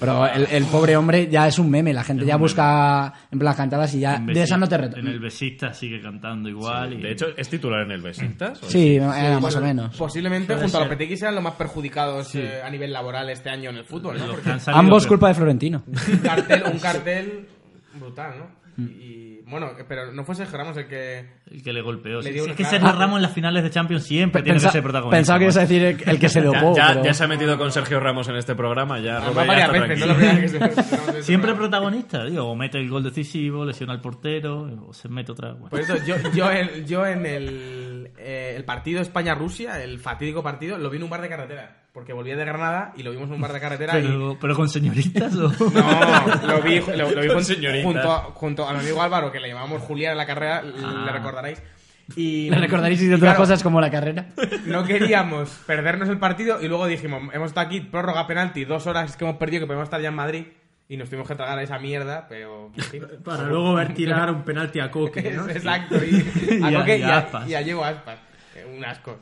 Speaker 2: Pero el, el pobre hombre ya es un meme. La gente ya busca en plan las cantadas y ya
Speaker 5: En
Speaker 2: de esa no te
Speaker 5: Besiktas-
Speaker 2: reta.
Speaker 5: En el Besista sigue cantando igual. y...
Speaker 1: De hecho, ¿es titular en el Besiktas? ¿O
Speaker 2: Sí, era más
Speaker 3: bueno,
Speaker 2: o menos.
Speaker 3: Posiblemente
Speaker 5: Puede
Speaker 3: junto a
Speaker 5: ser.
Speaker 3: Lopetegui sean los más perjudicados
Speaker 5: Sí.
Speaker 3: eh, a nivel laboral este año en el fútbol, ¿no?
Speaker 5: Los
Speaker 3: Porque
Speaker 5: que han salido
Speaker 2: Ambos
Speaker 5: peor.
Speaker 2: culpa de Florentino.
Speaker 3: un cartel, un cartel brutal,
Speaker 5: Mm.
Speaker 3: ¿no? Y bueno, pero no fue Sergio Ramos el que
Speaker 5: El que le golpeó.
Speaker 3: Le
Speaker 5: sí.
Speaker 3: dio
Speaker 5: Si
Speaker 3: una
Speaker 5: es que
Speaker 3: clara.
Speaker 5: Sergio Ramos en las finales de Champions siempre tiene
Speaker 2: Pensa-
Speaker 5: que ser protagonista.
Speaker 2: pensaba que ibas a decir el, el que se
Speaker 1: Ya,
Speaker 2: dopó.
Speaker 1: ya-
Speaker 2: pero-
Speaker 1: ya se ha metido con Sergio Ramos en este programa, ya.
Speaker 3: Además,
Speaker 1: Robert, ya
Speaker 3: varias
Speaker 1: está
Speaker 3: veces, no
Speaker 1: tranquilo.
Speaker 3: lo creas que es- Ramos es-
Speaker 5: Siempre protagonista, digo, o mete el gol decisivo, lesiona al portero, o se mete otra. bueno.
Speaker 3: Por eso yo, yo, en, yo en el, eh, el partido España-Rusia, el fatídico partido, lo vi en un bar de carretera. Porque volví de Granada y lo vimos en un bar de carretera y...
Speaker 5: pero, pero con señoritas o.
Speaker 3: No, lo vi, lo, lo vi
Speaker 1: Con
Speaker 3: jun-
Speaker 1: señoritas.
Speaker 3: junto, a, junto a mi amigo Álvaro, que le llamamos Julián en la carrera, le recordaréis. Y,
Speaker 2: Le recordaréis de
Speaker 3: y
Speaker 2: otras
Speaker 3: claro,
Speaker 2: cosas como la carrera.
Speaker 3: No queríamos perdernos el partido y luego dijimos, hemos estado aquí, prórroga penalti, dos horas que hemos perdido, que podemos estar ya en Madrid. Y nos tuvimos que tragar esa mierda, pero... en fin.
Speaker 4: Para luego ver tirar un penalti a Coque, ¿no?
Speaker 3: Exacto. Y,
Speaker 5: Y a-
Speaker 3: a Coque
Speaker 5: y
Speaker 3: y
Speaker 5: a
Speaker 3: a,
Speaker 5: Aspas.
Speaker 3: y a Diego Aspas. Eh, Un asco.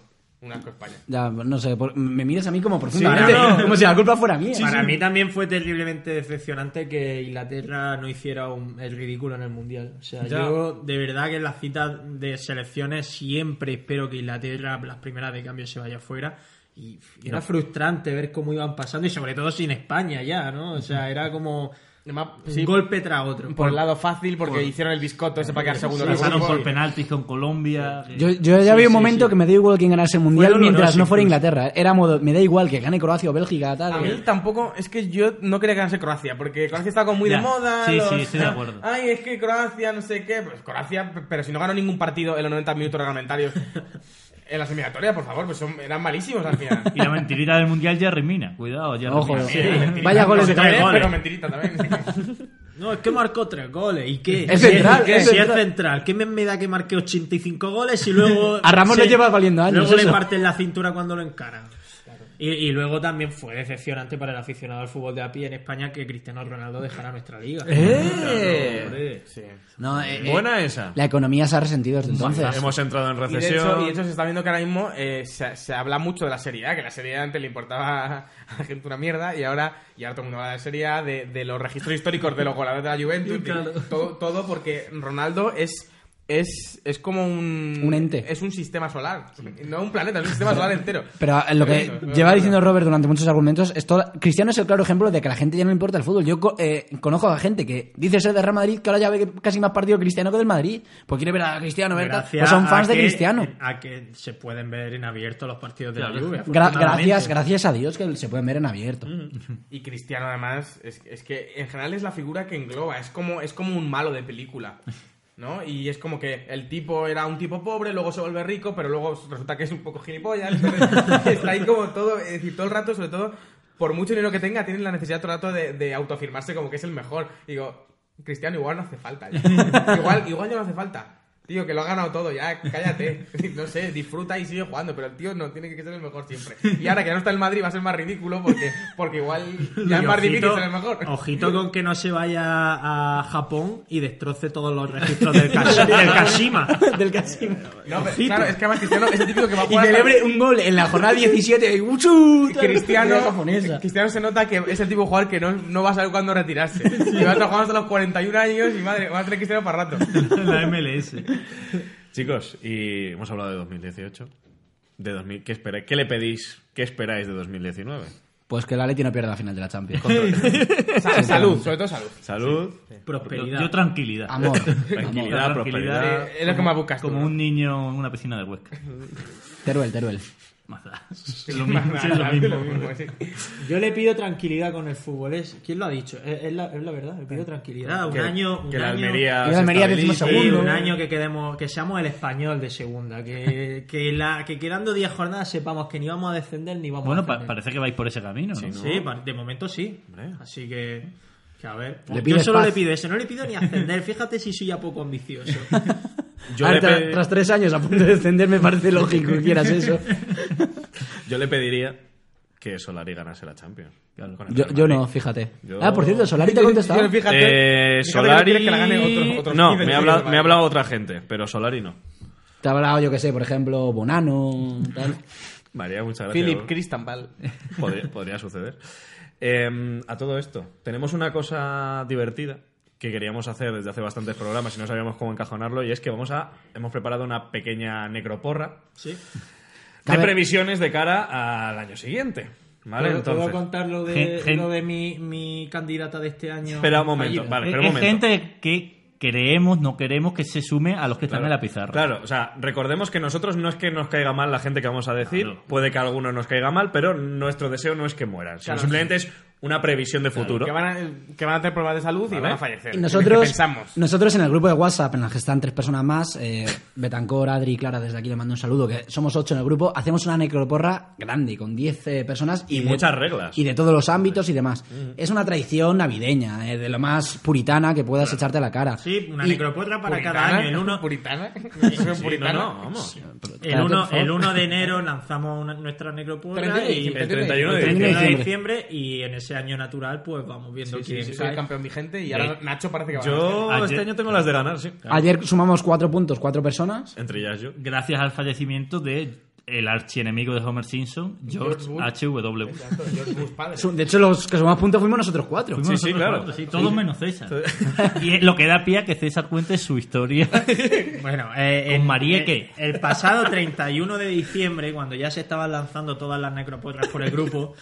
Speaker 3: Un asco España.
Speaker 2: Ya, no sé, por- me miras a mí como profundamente.
Speaker 4: no, no.
Speaker 2: Como si la culpa fuera mía.
Speaker 4: Para mí también fue terriblemente decepcionante que Inglaterra no hiciera un- el ridículo en el Mundial. O sea,
Speaker 1: Ya.
Speaker 4: yo de verdad que en las citas de selecciones siempre espero que Inglaterra las primeras de cambio se vaya fuera. Y y era frustrante ver cómo iban pasando y sobre todo sin España ya, ¿no? O sea, era como
Speaker 3: Además,
Speaker 4: un
Speaker 3: sí,
Speaker 4: golpe tras otro.
Speaker 3: por el lado fácil, porque hicieron el biscotto ese para quedar segundo. en el
Speaker 5: Pasaron
Speaker 3: grupo
Speaker 5: por
Speaker 3: y-
Speaker 5: penaltis con Colombia. que-
Speaker 2: Yo, yo ya vi un momento que me da igual quién ganase el mundial
Speaker 4: Fue
Speaker 2: mientras no
Speaker 4: doloroso,
Speaker 2: fuera
Speaker 4: incluso.
Speaker 2: Inglaterra. Era modo, me da igual que gane Croacia o Bélgica, tal. eh.
Speaker 3: A
Speaker 2: que-
Speaker 3: mí tampoco, es que yo no quería que ganase Croacia, porque Croacia estaba como muy
Speaker 5: Ya.
Speaker 3: de moda.
Speaker 5: Sí,
Speaker 3: los-
Speaker 5: sí, estoy de acuerdo.
Speaker 3: Ay, es que Croacia, no sé qué. Pues Croacia, p- pero si no ganó ningún partido en los 90 minutos reglamentarios. en las eliminatorias, por favor, pues son- eran malísimos al final.
Speaker 5: Y la mentirita del mundial ya remina. Cuidado, ya
Speaker 2: Ojo,
Speaker 5: remina.
Speaker 2: sí.
Speaker 3: Mentirita,
Speaker 2: Vaya goles de
Speaker 3: no sé
Speaker 2: cabeza.
Speaker 3: qué,
Speaker 5: goles.
Speaker 3: Pero mentirita también.
Speaker 4: No, es que marcó tres goles. ¿Y qué?
Speaker 2: Es
Speaker 4: Si
Speaker 2: central,
Speaker 4: ¿qué?
Speaker 2: es
Speaker 4: Si es
Speaker 2: central.
Speaker 4: central. ¿Qué me, me da que marque 85 goles y luego.
Speaker 2: A Ramos
Speaker 4: se-
Speaker 2: le lleva valiendo años,
Speaker 4: Luego
Speaker 2: eso.
Speaker 4: le parten la cintura cuando lo encaran. Y, y luego también fue decepcionante para el aficionado al fútbol de a pie en España que Cristiano Ronaldo dejara nuestra liga.
Speaker 2: ¡Eh!
Speaker 4: Hombre.
Speaker 3: Sí.
Speaker 2: No, eh, eh,
Speaker 1: Buena esa.
Speaker 2: la economía se ha resentido desde entonces.
Speaker 1: Hemos entrado en
Speaker 3: Y de, hecho, y
Speaker 1: recesión.
Speaker 3: de hecho se está viendo que ahora mismo eh, se, se habla mucho de la Serie A, que la Serie A antes le importaba a la gente una mierda y ahora, y ahora todo el mundo habla de la Serie A, de, de los registros históricos de los goleadores de la Juventus, de- todo, todo porque Ronaldo es, es, es como un,
Speaker 2: Un ente.
Speaker 3: Es un sistema solar, no un planeta, es un sistema solar entero.
Speaker 2: Pero eh, lo que
Speaker 3: Eso, eso,
Speaker 2: lleva
Speaker 3: eso.
Speaker 2: diciendo Robert durante muchos argumentos, esto, Cristiano es el claro ejemplo de que a la gente ya no le importa el fútbol. Yo co- eh, conozco a gente que dice ser de Real Madrid, que ahora ya ve que casi más partido Cristiano que del Madrid, porque quiere ver a Cristiano, ver tal.
Speaker 4: Gracias
Speaker 2: Pues son
Speaker 4: a
Speaker 2: fans de
Speaker 4: que-
Speaker 2: Cristiano.
Speaker 4: A que se pueden ver en abierto los partidos de la
Speaker 5: Claro.
Speaker 4: Juve.
Speaker 2: Gra-
Speaker 4: afortunadamente.
Speaker 2: gracias, gracias a Dios que se pueden ver en abierto.
Speaker 3: Y Cristiano además, es, es que en general es la figura que engloba, es como, es como un malo de película. ¿No? Y es como que el tipo era un tipo pobre, luego se vuelve rico, pero luego resulta que es un poco gilipollas. entonces está ahí como todo, es decir, todo el rato, sobre todo, por mucho dinero que tenga, tiene la necesidad todo el rato de, de autoafirmarse como que es el mejor. Digo, Cristiano, igual no hace falta. ya. igual, igual ya no hace falta. Tío, que lo ha ganado todo, ya, cállate. No sé, disfruta y sigue jugando, pero el tío no tiene que ser el mejor siempre. Y ahora que ya no está el Madrid va a ser más ridículo porque, porque igual ya es
Speaker 4: Y
Speaker 3: más difícil
Speaker 4: ojito-
Speaker 3: ser el mejor.
Speaker 4: Ojito con que no se vaya a Japón y destroce todos los registros del, Kashi- del Kashima.
Speaker 2: del Casim.
Speaker 3: No, pero,
Speaker 4: Ojito.
Speaker 3: claro, es que además Cristiano es el típico que va a
Speaker 2: Y
Speaker 3: jugar.
Speaker 2: celebre un gol en la jornada 17. y ¡uh, ¡uchu!
Speaker 3: Cristiano,
Speaker 2: japonesa.
Speaker 3: Cristiano se nota que es el tipo de jugador que no, no va a saber cuándo retirarse. Y va a estar jugando hasta los 41 años y madre, va a tener Cristiano para rato.
Speaker 5: la MLS.
Speaker 1: Chicos, y hemos hablado de 2018. De 2000, ¿qué, esperáis? ¿Qué le pedís? ¿Qué esperáis de 2019?
Speaker 2: Pues que el Atleti no pierda la final de la Champions.
Speaker 3: Sa- salud, sobre todo salud.
Speaker 1: Salud,
Speaker 4: Prosperidad.
Speaker 5: Yo tranquilidad.
Speaker 2: Amor.
Speaker 1: tranquilidad,
Speaker 5: Amor,
Speaker 1: prosperidad.
Speaker 5: tranquilidad.
Speaker 3: Eh, es lo que más buscas tú,
Speaker 5: Como
Speaker 3: ¿no?
Speaker 5: un niño en una piscina de Huesca.
Speaker 2: Teruel, Teruel.
Speaker 5: Más da. Es lo mismo. es lo
Speaker 3: Lo
Speaker 5: mismo.
Speaker 3: mismo, sí.
Speaker 4: Yo le pido tranquilidad con el fútbol. Es, ¿Quién lo ha dicho? Es, es la, es la verdad, le pido tranquilidad. Un
Speaker 1: Que-
Speaker 4: año, un
Speaker 1: que la
Speaker 4: año-
Speaker 1: Almería.
Speaker 2: Que la
Speaker 1: se
Speaker 2: Almería
Speaker 1: estabilice.
Speaker 4: Sí,
Speaker 2: decimosegundo.
Speaker 4: un año que quedemos, que seamos el español de segunda, que, que la, que quedando 10 jornadas sepamos que ni vamos a descender ni vamos a
Speaker 5: Bueno, pa-
Speaker 4: ascender.
Speaker 5: parece que vais por ese camino, ¿no?
Speaker 4: Sí, pa- de momento sí.
Speaker 1: Hombre.
Speaker 4: Así que, que a ver.
Speaker 2: Le
Speaker 4: Yo
Speaker 2: pides
Speaker 4: solo
Speaker 2: paz.
Speaker 4: le pido eso, no le pido ni ascender. Fíjate si soy ya poco ambicioso.
Speaker 1: Yo
Speaker 2: A
Speaker 1: le
Speaker 2: ver, tra-
Speaker 1: pedí-
Speaker 2: Ah, tras tres años a punto de descender me parece lógico que quieras eso.
Speaker 1: Yo le pediría que Solari ganase la Champions.
Speaker 5: Claro.
Speaker 1: Con el
Speaker 2: Yo,
Speaker 1: Real
Speaker 2: yo
Speaker 1: Madrid.
Speaker 2: no, fíjate.
Speaker 1: Yo-
Speaker 2: Ah, por cierto, Solari te ha contestado.
Speaker 3: Pero fíjate,
Speaker 1: Eh,
Speaker 3: fíjate que no
Speaker 1: Solari.
Speaker 3: quieres que la gane otro- otros
Speaker 1: no, me
Speaker 3: 15
Speaker 1: ha,
Speaker 3: de
Speaker 1: hablado,
Speaker 3: Madrid.
Speaker 1: me ha hablado otra gente, pero Solari no.
Speaker 2: Te ha hablado, yo que sé, por ejemplo, Bonano. Tal.
Speaker 1: María, muchas gracias.
Speaker 3: Philip Cristambal.
Speaker 1: Podría, podría suceder. Eh, a todo esto, tenemos una cosa divertida que queríamos hacer desde hace bastantes programas y no sabíamos cómo encajonarlo, y es que vamos a. Hemos preparado una pequeña necroporra
Speaker 4: Sí.
Speaker 2: A
Speaker 1: de
Speaker 2: ver.
Speaker 1: previsiones de cara al año siguiente. ¿Vale?
Speaker 4: ¿Puedo, puedo
Speaker 1: Entonces.
Speaker 4: contar lo
Speaker 5: Gen-
Speaker 4: de,
Speaker 5: gen-
Speaker 4: lo de mi, mi candidata de este año?
Speaker 1: Espera un momento,
Speaker 4: fallida?
Speaker 1: vale,
Speaker 5: Es,
Speaker 1: espera un
Speaker 5: es
Speaker 1: momento.
Speaker 5: gente que creemos, no queremos que se sume a los que están en la pizarra.
Speaker 1: Claro, o sea, recordemos que nosotros no es que nos caiga mal la gente que vamos a decir, puede que a alguno nos caiga mal, pero nuestro deseo no es que mueran, sino
Speaker 3: Claro.
Speaker 1: simplemente es una previsión de futuro.
Speaker 3: Que van, a, que van a tener problemas de salud y
Speaker 1: Vale.
Speaker 3: van a fallecer.
Speaker 2: Y nosotros,
Speaker 3: Pensamos.
Speaker 2: nosotros en el grupo de WhatsApp, en el que están tres personas más, eh, Betancor, Adri y Clara, desde aquí le mando un saludo, que somos ocho en el grupo, hacemos una necroporra grande, con diez eh, personas.
Speaker 1: Y
Speaker 2: de-
Speaker 1: muchas reglas.
Speaker 2: Y de todos los ámbitos y demás. Es una tradición navideña, eh, de lo más puritana que puedas echarte a la cara.
Speaker 4: Sí, una
Speaker 2: Y-
Speaker 4: necropotra para
Speaker 3: ¿Puritana?
Speaker 4: cada año. El 1
Speaker 3: ¿Puritana?
Speaker 1: Sí,
Speaker 3: ¿Soy
Speaker 1: sí, no,
Speaker 3: puritana?
Speaker 1: no, vamos.
Speaker 4: el
Speaker 2: Espérate,
Speaker 4: uno,
Speaker 2: por favor.
Speaker 4: el 1 de enero lanzamos una- nuestra necropotra
Speaker 3: 31 de
Speaker 4: y
Speaker 3: diciembre,
Speaker 1: el 31 de
Speaker 4: el 31 de
Speaker 2: diciembre.
Speaker 4: diciembre y en ese año natural pues vamos viendo
Speaker 3: Sí,
Speaker 4: quién
Speaker 3: sí, soy
Speaker 4: cae.
Speaker 3: el campeón vigente y ahora
Speaker 5: Yo-
Speaker 3: Nacho parece que va a ganar.
Speaker 1: Yo
Speaker 5: Ayer-
Speaker 1: este año tengo las de ganar, sí.
Speaker 2: Ayer sumamos cuatro puntos, cuatro personas.
Speaker 1: Entre ellas yo.
Speaker 5: Gracias al fallecimiento de el archienemigo de Homer Simpson, George
Speaker 3: George Bush.
Speaker 5: H.W.
Speaker 3: Exacto, George Bush padre.
Speaker 2: Su- De hecho, los que sumamos puntos fuimos nosotros cuatro.
Speaker 5: Fuimos
Speaker 1: Sí,
Speaker 5: nosotros
Speaker 1: sí, claro.
Speaker 5: cuatro, sí, todos menos César. y es lo que da pie a que César cuente su historia.
Speaker 4: Bueno, eh,
Speaker 5: Con
Speaker 4: en-
Speaker 5: Marieque.
Speaker 4: El, el pasado 31 de diciembre, cuando ya se estaban lanzando todas las necropotras por el grupo,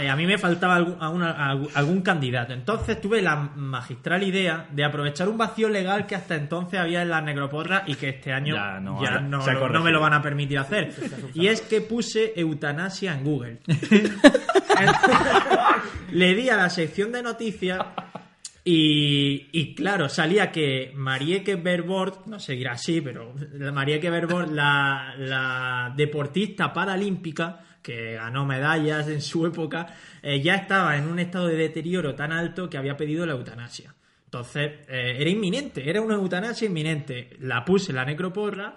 Speaker 4: eh, a mí me faltaba algún, a una- a algún- algún candidato. Entonces tuve la magistral idea de aprovechar un vacío legal que hasta entonces había en las necropotras y que este año
Speaker 5: Ya
Speaker 4: ya no,
Speaker 5: no, ahora
Speaker 1: se ha
Speaker 4: no
Speaker 1: corregido.
Speaker 4: me lo van a permitir hacer. Y es que puse eutanasia en Google. Le di a la sección de noticias y, y claro, salía que Marieke Berbord, no seguirá así, pero la Marieke Berbord, la, la deportista paralímpica que ganó medallas en su época, eh, ya estaba en un estado de deterioro tan alto que había pedido la eutanasia. Entonces, eh, era inminente, era una eutanasia inminente. La puse en la necroporra,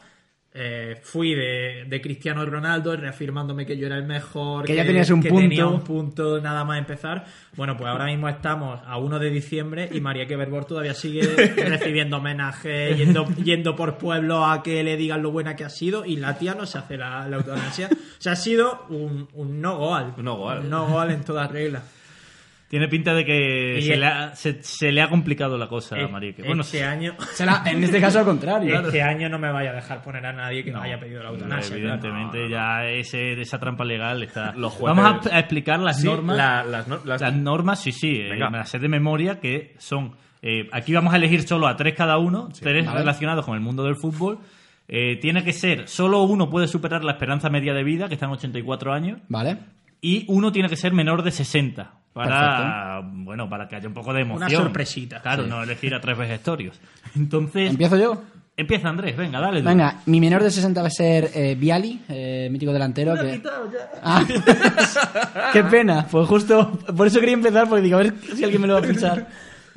Speaker 4: eh, fui de, de Cristiano Ronaldo reafirmándome que yo era el mejor.
Speaker 2: Que ya tenías un
Speaker 4: que
Speaker 2: punto.
Speaker 4: tenía un punto nada más empezar. Bueno, pues ahora mismo estamos a 1 de diciembre y María Queverbor todavía sigue recibiendo homenajes, yendo, yendo por pueblos a que le digan lo buena que ha sido y la tía no se hace la, la eutanasia. O sea, ha sido un, un no goal.
Speaker 1: Un no goal.
Speaker 4: Un no goal en todas reglas.
Speaker 5: Tiene pinta de que
Speaker 4: Y
Speaker 5: se
Speaker 4: el-
Speaker 5: le, ha, se- se le ha complicado la cosa a
Speaker 4: Eh,
Speaker 5: Marieke. Bueno,
Speaker 4: este año...
Speaker 2: Será, en este caso, al contrario.
Speaker 4: Este año no me vaya a dejar poner a nadie que me haya pedido la eutanasia. claro.
Speaker 5: evidentemente
Speaker 4: No, no, no.
Speaker 5: ya ese, esa trampa legal está...
Speaker 1: Los jueces-
Speaker 5: Vamos a, a explicar las
Speaker 1: Sí,
Speaker 5: normas.
Speaker 1: la- las, no- las-
Speaker 5: Las normas, sí, sí, eh,
Speaker 1: Venga.
Speaker 5: me las sé de memoria, que son... eh, aquí vamos a elegir solo a tres cada uno, tres
Speaker 2: Vale.
Speaker 5: relacionados con el mundo del fútbol. Eh, tiene que ser, solo uno puede superar la esperanza media de vida, que está en 84 años,
Speaker 2: Vale.
Speaker 5: y uno tiene que ser menor de 60 para, bueno, para que haya un poco de emoción.
Speaker 4: sorpresita.
Speaker 5: Claro,
Speaker 2: Sí.
Speaker 5: no elegir a tres vejestorios. Entonces,
Speaker 2: ¿Empiezo yo?
Speaker 5: Empieza Andrés, venga, dale. tú.
Speaker 2: Venga, mi menor de 60 va a ser eh, Viali, eh, mítico delantero.
Speaker 4: Lo he
Speaker 2: Que...
Speaker 4: quitado ya.
Speaker 2: Ah, qué pena. Pues justo por eso quería empezar, porque digo, a ver si alguien me lo va a fichar.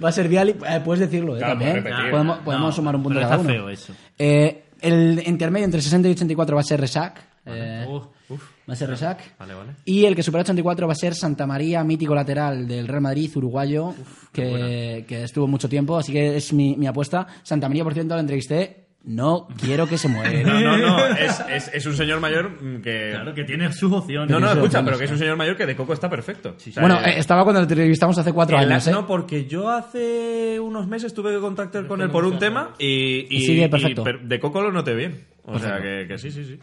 Speaker 2: Va a ser Viali, eh, puedes decirlo, eh,
Speaker 1: Claro,
Speaker 2: también.
Speaker 1: puedes repetir.
Speaker 4: Ah,
Speaker 2: Podemos, podemos
Speaker 5: No,
Speaker 2: sumar un punto
Speaker 5: pero
Speaker 2: cada
Speaker 5: está
Speaker 2: uno.
Speaker 5: feo eso.
Speaker 2: Eh, el intermedio entre 60 y 84 va a ser Resac. eh,
Speaker 5: Uf, uf.
Speaker 2: va a ser Resac.
Speaker 1: Vale, vale.
Speaker 2: Y el que supera 84 va a ser Santa María, mítico lateral del Real Madrid, uruguayo, que, que estuvo mucho tiempo, así que es mi, mi apuesta. Santa María, por cierto, la entrevisté. No quiero que se
Speaker 1: Eh,
Speaker 2: muera.
Speaker 1: no, no, no. Es, es- es un señor mayor mm, que.
Speaker 5: Claro que tiene sus opciones.
Speaker 1: No, no,
Speaker 2: Eso,
Speaker 1: escucha,
Speaker 2: bueno,
Speaker 1: pero que es un señor mayor que de coco está perfecto. O sea,
Speaker 2: bueno,
Speaker 1: eh,
Speaker 2: eh, estaba cuando lo entrevistamos hace cuatro
Speaker 1: el
Speaker 2: años, ¿eh?
Speaker 1: No, porque yo hace unos meses tuve que contactar con él por un tema y,
Speaker 2: Y sigue perfecto.
Speaker 1: per- de coco lo noté bien. O sea que, que sí, sí, sí.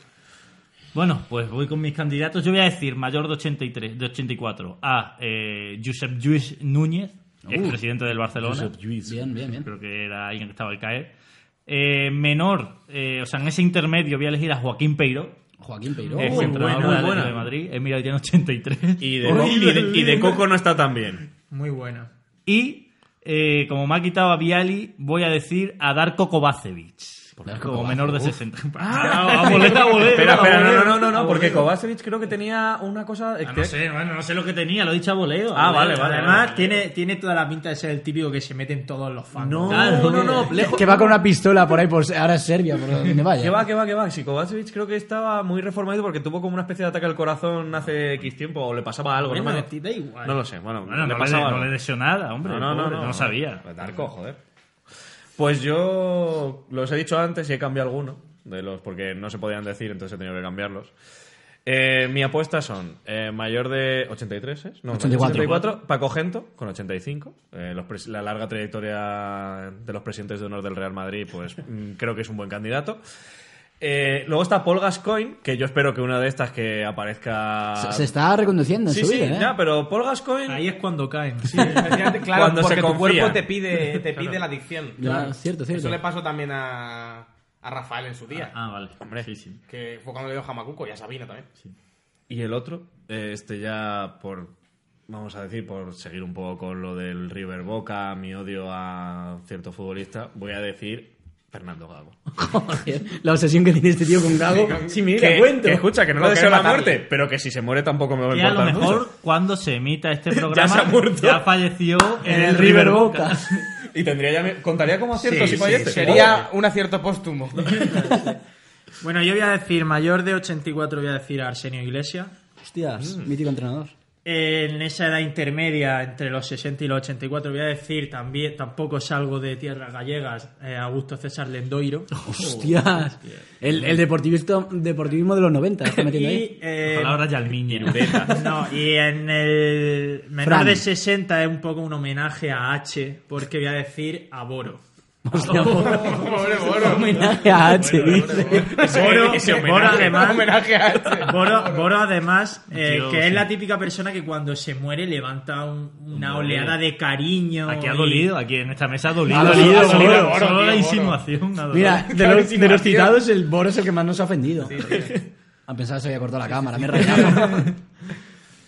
Speaker 5: Bueno, pues voy con mis candidatos. Yo voy a decir mayor de 83, de 84 a eh, Josep Lluís Núñez,
Speaker 2: Uh.
Speaker 5: expresidente del Barcelona.
Speaker 2: Bien, bien, bien.
Speaker 5: Creo que era alguien que estaba al caer. Eh, menor, eh, o sea, en ese intermedio voy a elegir a Joaquín Peiro.
Speaker 2: Joaquín Peiró.
Speaker 5: ex
Speaker 1: muy buena,
Speaker 5: entrenador del
Speaker 1: muy
Speaker 5: Atlético
Speaker 1: buena.
Speaker 5: de Madrid. Eh, mira, tiene 83.
Speaker 1: Y de, co- y de- y de coco no está tan bien.
Speaker 4: Muy buena.
Speaker 5: Y eh, como me ha quitado a Viali, voy a decir a Darko Kovacevic.
Speaker 2: Darko
Speaker 5: Como
Speaker 2: Kovacevic,
Speaker 5: menor de 60. Ah, vamos, le hago, le hago.
Speaker 1: Espera, espera, no, no, no, no, no, porque Kovacevic creo que tenía una cosa. eh,
Speaker 5: Ah, No sé, bueno, no sé lo que tenía, lo he dicho a voleo.
Speaker 1: Ah, vale, vale,
Speaker 5: Además,
Speaker 4: Además, tiene, tiene toda la pinta de ser el típico que se mete en todos los fans.
Speaker 1: No,
Speaker 5: Claro.
Speaker 1: no, no, lejos.
Speaker 2: Que va con una pistola por ahí, por, ahora es Serbia, por donde vaya.
Speaker 1: Que va, que va, que va. Si Kovacevic creo que estaba muy reformado porque tuvo como una especie de ataque al corazón hace X tiempo o le pasaba algo. No, me
Speaker 4: Bueno,
Speaker 1: acuerdo.
Speaker 4: da igual.
Speaker 1: No lo sé, bueno,
Speaker 5: Bueno,
Speaker 1: le
Speaker 5: no, le,
Speaker 1: pasaba
Speaker 5: no
Speaker 1: algo.
Speaker 5: le deseo nada, hombre.
Speaker 1: No, no, no,
Speaker 5: pobre,
Speaker 1: no,
Speaker 5: no sabía.
Speaker 1: Darko, joder. ¿eh? Pues yo los he dicho antes y he cambiado alguno de los porque no se podían decir, entonces he tenido que cambiarlos. Eh, mi apuesta son eh, mayor de 83, ¿es? No,
Speaker 2: 84.
Speaker 1: 84, Paco Gento con 85. Eh, los pres- la larga trayectoria de los presidentes de honor del Real Madrid, pues mm, creo que es un buen candidato. Eh, luego está Paul Gascoigne, que yo espero que una de estas que aparezca.
Speaker 2: Se, se está reconduciendo en
Speaker 1: sí,
Speaker 2: su
Speaker 1: sí,
Speaker 2: vida, ¿eh?
Speaker 1: ya, pero Paul Gascoigne
Speaker 4: Ahí es cuando caen.
Speaker 3: Sí, efectivamente, claro,
Speaker 1: Cuando se
Speaker 3: porque tu
Speaker 1: confía.
Speaker 3: cuerpo te pide, te pide la adicción.
Speaker 2: Ya, cierto, cierto.
Speaker 3: Eso le pasó también a, a Rafael en su día,
Speaker 5: Ah, vale. Hombre, sí, sí.
Speaker 3: que fue cuando le dio Jamacuco y a Sabina también.
Speaker 1: Y el otro, eh, este ya por, vamos a decir, por seguir un poco con lo del River Boca, mi odio a cierto futbolista, voy a decir Fernando Gago.
Speaker 2: Joder, la obsesión que tiene este tío con Gago. Sí, mira,
Speaker 1: que,
Speaker 2: cuento.
Speaker 1: que escucha, que no le
Speaker 3: Porque
Speaker 1: deseo la
Speaker 3: matarle.
Speaker 1: muerte, pero que si se muere tampoco me va a
Speaker 5: Que a lo
Speaker 1: importar
Speaker 5: mejor
Speaker 1: mucho.
Speaker 5: cuando se emita este programa
Speaker 1: se ha muerto.
Speaker 5: ya falleció
Speaker 2: en el River Boca.
Speaker 1: Y tendría ya... mi- Contaría como acierto
Speaker 4: Sí,
Speaker 1: si
Speaker 4: sí,
Speaker 1: fallece.
Speaker 3: Sería un acierto póstumo.
Speaker 4: Bueno, yo voy a decir, mayor de 84, voy a decir a Arsenio Iglesias.
Speaker 2: Hostias, mítico entrenador.
Speaker 4: En esa edad intermedia, entre los 60 y los 84, voy a decir también, tampoco salgo de tierras gallegas, eh, Augusto César Lendoiro.
Speaker 2: Hostias. El, el deportivista- deportivismo de los 90, está metiendo ahí.
Speaker 4: Y, eh,
Speaker 5: Palabra Yalmiña.
Speaker 4: no, y en el menor
Speaker 2: Fran.
Speaker 4: de 60 es un poco un homenaje a H, porque voy a decir a Boro.
Speaker 2: Hostia,
Speaker 3: Pobre Boro.
Speaker 2: homenaje a H, dice.
Speaker 1: Boro, ese
Speaker 4: Boro
Speaker 1: homenaje.
Speaker 4: además,
Speaker 3: Homenaje a este.
Speaker 4: Boro, Boro, además eh,
Speaker 5: Dios,
Speaker 4: que es
Speaker 5: sí.
Speaker 4: la típica persona que cuando se muere levanta un- una
Speaker 5: Hombre.
Speaker 4: oleada de cariño.
Speaker 5: Aquí ha
Speaker 4: y-
Speaker 5: dolido, aquí en esta mesa ha dolido.
Speaker 2: Ha dolido,
Speaker 5: ha dolido.
Speaker 2: Boro,
Speaker 5: Solo
Speaker 3: Boro,
Speaker 5: la
Speaker 3: tío,
Speaker 5: insinuación. ha dolido.
Speaker 2: Mira, de los, de los citados, el Boro es el que más nos ha ofendido. A pensar que se había cortado la cámara, me he rayado.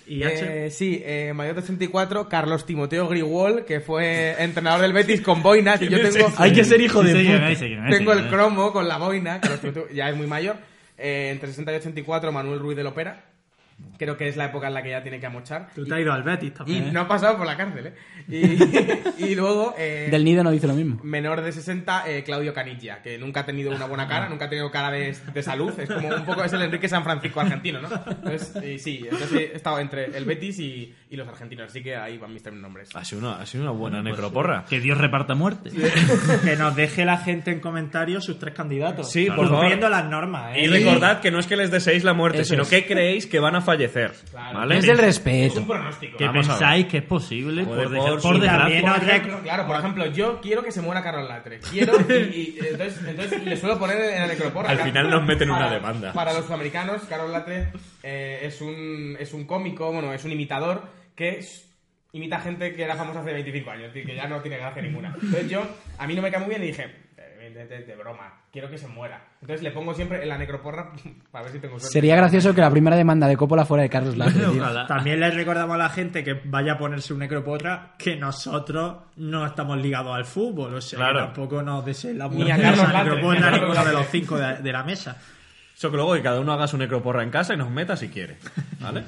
Speaker 4: Y H.
Speaker 3: Eh, sí, eh, mayor de 84, Carlos Timoteo Grigol, que fue entrenador del Betis con boinas. Y yo tengo,
Speaker 2: Hay que ser hijo
Speaker 5: Sí,
Speaker 2: de
Speaker 5: sí,
Speaker 2: puta.
Speaker 5: ahí se quedan, ahí se
Speaker 3: tengo el
Speaker 4: Ah.
Speaker 5: quedan.
Speaker 3: cromo con la boina, Carlos Timoteo, ya es muy mayor. Eh, entre 60 y 84, Manuel Ruiz de Lopera. Creo que es la época en la que ya tiene que amochar.
Speaker 4: Tú te has ido al Betis
Speaker 3: Y
Speaker 4: también.
Speaker 3: no ha pasado por la cárcel, ¿eh? Y, y luego, eh,
Speaker 2: Del nido no dice lo mismo.
Speaker 3: menor de 60, eh, Claudio Canilla, que nunca ha tenido una buena cara, nunca ha tenido cara de, de salud. Es como un poco, es el Enrique San Francisco argentino, ¿no? Entonces, y sí, entonces he estado entre el Betis y, y los argentinos, así que ahí van mis tres nombres.
Speaker 1: Ha sido una, ha sido una buena necroporra.
Speaker 5: Que Dios reparta muerte.
Speaker 4: Que nos deje la gente en comentarios sus tres candidatos.
Speaker 1: Sí, por favor.
Speaker 4: Cumpliendo las normas. ¿eh?
Speaker 1: Y recordad que no es que les deseéis la muerte,
Speaker 2: Eso
Speaker 1: sino
Speaker 2: es.
Speaker 1: que creéis que van a fallecer.
Speaker 3: Claro.
Speaker 1: ¿vale?
Speaker 2: Es del
Speaker 3: Es un
Speaker 2: respeto.
Speaker 3: pronóstico.
Speaker 5: Que
Speaker 1: Vamos a ver.
Speaker 5: pensáis que es posible.
Speaker 1: Joder, por
Speaker 5: Por, desgra-
Speaker 1: su-
Speaker 5: por
Speaker 4: Y
Speaker 5: desgracia.
Speaker 4: también nos rec-
Speaker 3: Ejemplo, claro, por ejemplo, yo quiero que se muera Carlos Latre. Quiero y, y, eh, entonces, entonces le suelo poner en la necroporra.
Speaker 1: Al final nos meten una
Speaker 3: Para-
Speaker 1: demanda.
Speaker 3: Para los americanos, Carlos Latre eh, es, un, es un cómico, bueno, es un imitador que s- imita gente que era famosa hace 25 años, tío, que ya no tiene gracia ninguna. Entonces yo, a mí no me cae muy bien y dije, eh, evidentemente de broma. Quiero que se muera. Entonces le pongo siempre en la necroporra para ver si tengo suerte.
Speaker 2: Sería gracioso que la primera demanda de Coppola fuera de Carlos Lázaro. tío.
Speaker 5: Ojalá.
Speaker 4: También les recordamos a la gente que vaya a ponerse un necropotra que nosotros no estamos ligados al fútbol, o sea, que
Speaker 1: Claro.
Speaker 4: tampoco nos deseen la
Speaker 3: a
Speaker 4: muerte
Speaker 3: Carlos
Speaker 4: esa
Speaker 3: Latre,
Speaker 4: necropotra
Speaker 3: ni a
Speaker 4: ninguno
Speaker 3: Carlos
Speaker 4: de los cinco de, de la mesa.
Speaker 1: Eso que luego que cada uno haga su necroporra en casa y nos meta si quiere, ¿vale?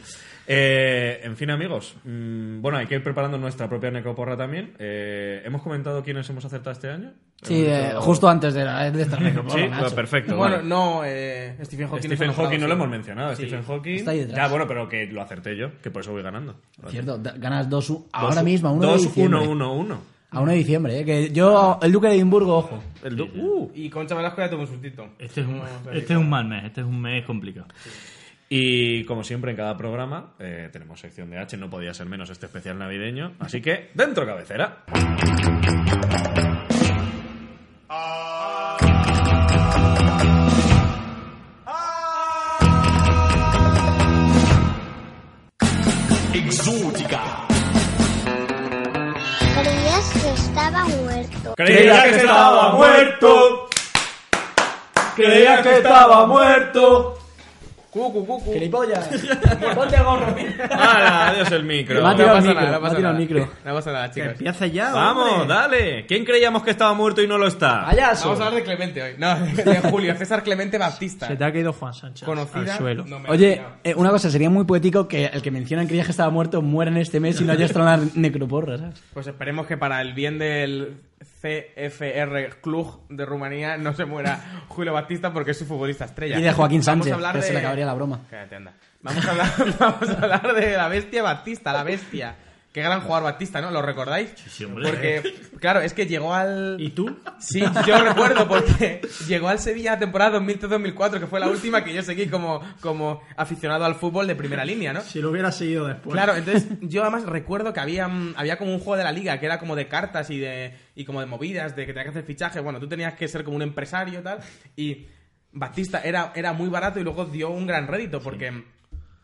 Speaker 1: Eh, en fin, amigos. mm, bueno, hay que ir preparando nuestra propia necroporra también. Eh, ¿Hemos comentado quiénes hemos acertado este año?
Speaker 2: Sí,
Speaker 1: Hemos
Speaker 2: eh,
Speaker 1: dicho-
Speaker 2: justo antes de, la- de esta
Speaker 1: Sí,
Speaker 2: necroporra,
Speaker 1: pues
Speaker 2: Nacho.
Speaker 1: perfecto.
Speaker 3: Bueno,
Speaker 1: vale.
Speaker 3: no, eh, Stephen Hawking.
Speaker 1: Stephen
Speaker 3: no se ha
Speaker 1: Hawking no lo
Speaker 3: nombrado,
Speaker 1: hemos
Speaker 3: sí.
Speaker 1: mencionado. Stephen Hawking.
Speaker 2: Está ahí detrás.
Speaker 1: Ya, bueno, pero que lo acerté yo, que por eso voy ganando.
Speaker 2: Cierto, da- ganas 2
Speaker 1: Dos-
Speaker 2: ahora mismo, a 1 de
Speaker 1: dos,
Speaker 2: diciembre.
Speaker 1: uno, uno, uno.
Speaker 2: A 1 de diciembre, eh, que yo, el Duque de Edimburgo, ojo.
Speaker 1: El du- uh.
Speaker 3: Y Concha Velasco ya tuvo un sustito.
Speaker 5: Este es un,
Speaker 3: No, no,
Speaker 5: este es un mal mes, este es un mes complicado.
Speaker 1: Y como siempre en cada programa eh, tenemos sección de H, no podía ser menos este especial navideño, así que dentro cabecera.
Speaker 6: Creías que estaba muerto.
Speaker 1: Creía que estaba muerto. Creía que estaba muerto.
Speaker 3: Cucu, cucu.
Speaker 2: ¡Gilipollas! ¡Ponte gorro!
Speaker 1: ¡Hala! Adiós el micro.
Speaker 2: Me ha tirado el
Speaker 3: pasa
Speaker 2: micro,
Speaker 3: nada, no
Speaker 2: me ha
Speaker 3: pasa
Speaker 2: tirado el
Speaker 3: nada.
Speaker 2: micro.
Speaker 3: No pasa nada,
Speaker 4: Que
Speaker 3: chicos.
Speaker 4: empiece ya,
Speaker 1: Vamos,
Speaker 4: hombre.
Speaker 1: dale. ¿Quién creíamos que estaba muerto y no lo está?
Speaker 2: ¡Payaso!
Speaker 3: Vamos a hablar de Clemente hoy. No, de Julio César Clemente Baptista.
Speaker 4: Se te ha caído Juan Sánchez
Speaker 3: Conocida.
Speaker 4: al suelo.
Speaker 3: No me-
Speaker 2: Oye, eh, una cosa, sería muy poético que el que mencionan creía que estaba muerto muera en este mes y no haya estrenado una necroporra, ¿sabes?
Speaker 3: Pues esperemos que para el bien del CFR Cluj de Rumanía no se muera Julio Batista porque es su futbolista estrella.
Speaker 2: Y de Joaquín
Speaker 3: Vamos
Speaker 2: Sánchez,
Speaker 3: a hablar
Speaker 2: que se
Speaker 3: de-
Speaker 2: le acabaría la broma.
Speaker 3: Cállate, anda. Vamos a, hablar, vamos a hablar de la bestia Batista, la bestia. Qué gran jugador Batista, ¿no? ¿Lo recordáis?
Speaker 5: sí, hombre.
Speaker 3: Porque, claro, es que llegó al...
Speaker 4: ¿Y tú?
Speaker 3: Sí, yo recuerdo porque llegó al Sevilla la temporada 2003-2004, que fue la última que yo seguí como, como aficionado al fútbol de primera línea, ¿no?
Speaker 4: Si lo hubiera seguido después.
Speaker 3: Claro, entonces yo además recuerdo que había, mm, había como un juego de la liga que era como de cartas y de y como de movidas, de que tenías que hacer fichajes. Bueno, tú tenías que ser como un empresario tal. Y Batista era, era muy barato y luego dio un gran rédito porque,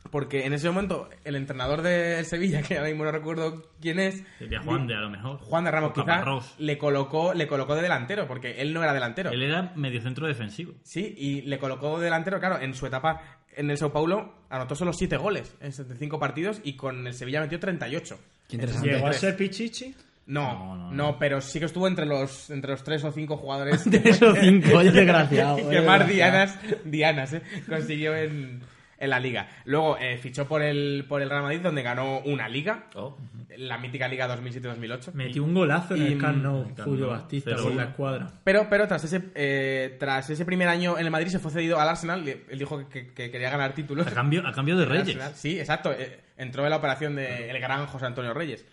Speaker 3: porque en ese momento el entrenador de Sevilla, que ahora mismo no recuerdo quién es,
Speaker 5: Sería Juan de a lo mejor.
Speaker 3: Juan de Ramos,
Speaker 5: O
Speaker 3: quizás,
Speaker 5: Caparrós.
Speaker 3: le colocó, le colocó de delantero porque él no era delantero.
Speaker 5: Él era mediocentro defensivo.
Speaker 3: Sí, y le colocó delantero, claro, en su etapa en el Sao Paulo anotó solo 7 goles en 75 partidos y con el Sevilla metió 38.
Speaker 2: Qué interesante.
Speaker 4: ¿Llegó a ser Pichichi?
Speaker 3: No, no,
Speaker 5: No, no,
Speaker 3: pero sí que estuvo entre los entre los tres o cinco jugadores
Speaker 2: De esos cinco, oye, desgraciado.
Speaker 3: que
Speaker 2: oye, desgraciado.
Speaker 3: más dianas, dianas eh, consiguió en, en la liga. Luego eh, fichó por el por el Real Madrid donde ganó una liga,
Speaker 1: Oh.
Speaker 3: la mítica liga 2007-2008.
Speaker 4: Metió un golazo en
Speaker 3: Y-
Speaker 4: el Camp Nou, Julio
Speaker 5: Nou,
Speaker 4: Baptista,
Speaker 5: cero
Speaker 4: con
Speaker 5: uno.
Speaker 4: la escuadra.
Speaker 3: Pero, pero tras ese eh, tras ese primer año en el Madrid se fue cedido al Arsenal. y Él dijo que, que- que quería ganar títulos.
Speaker 5: A cambio, a cambio de
Speaker 3: Arsenal.
Speaker 5: Reyes.
Speaker 3: Sí, exacto. eh, Entró en la operación del gran José Antonio Reyes.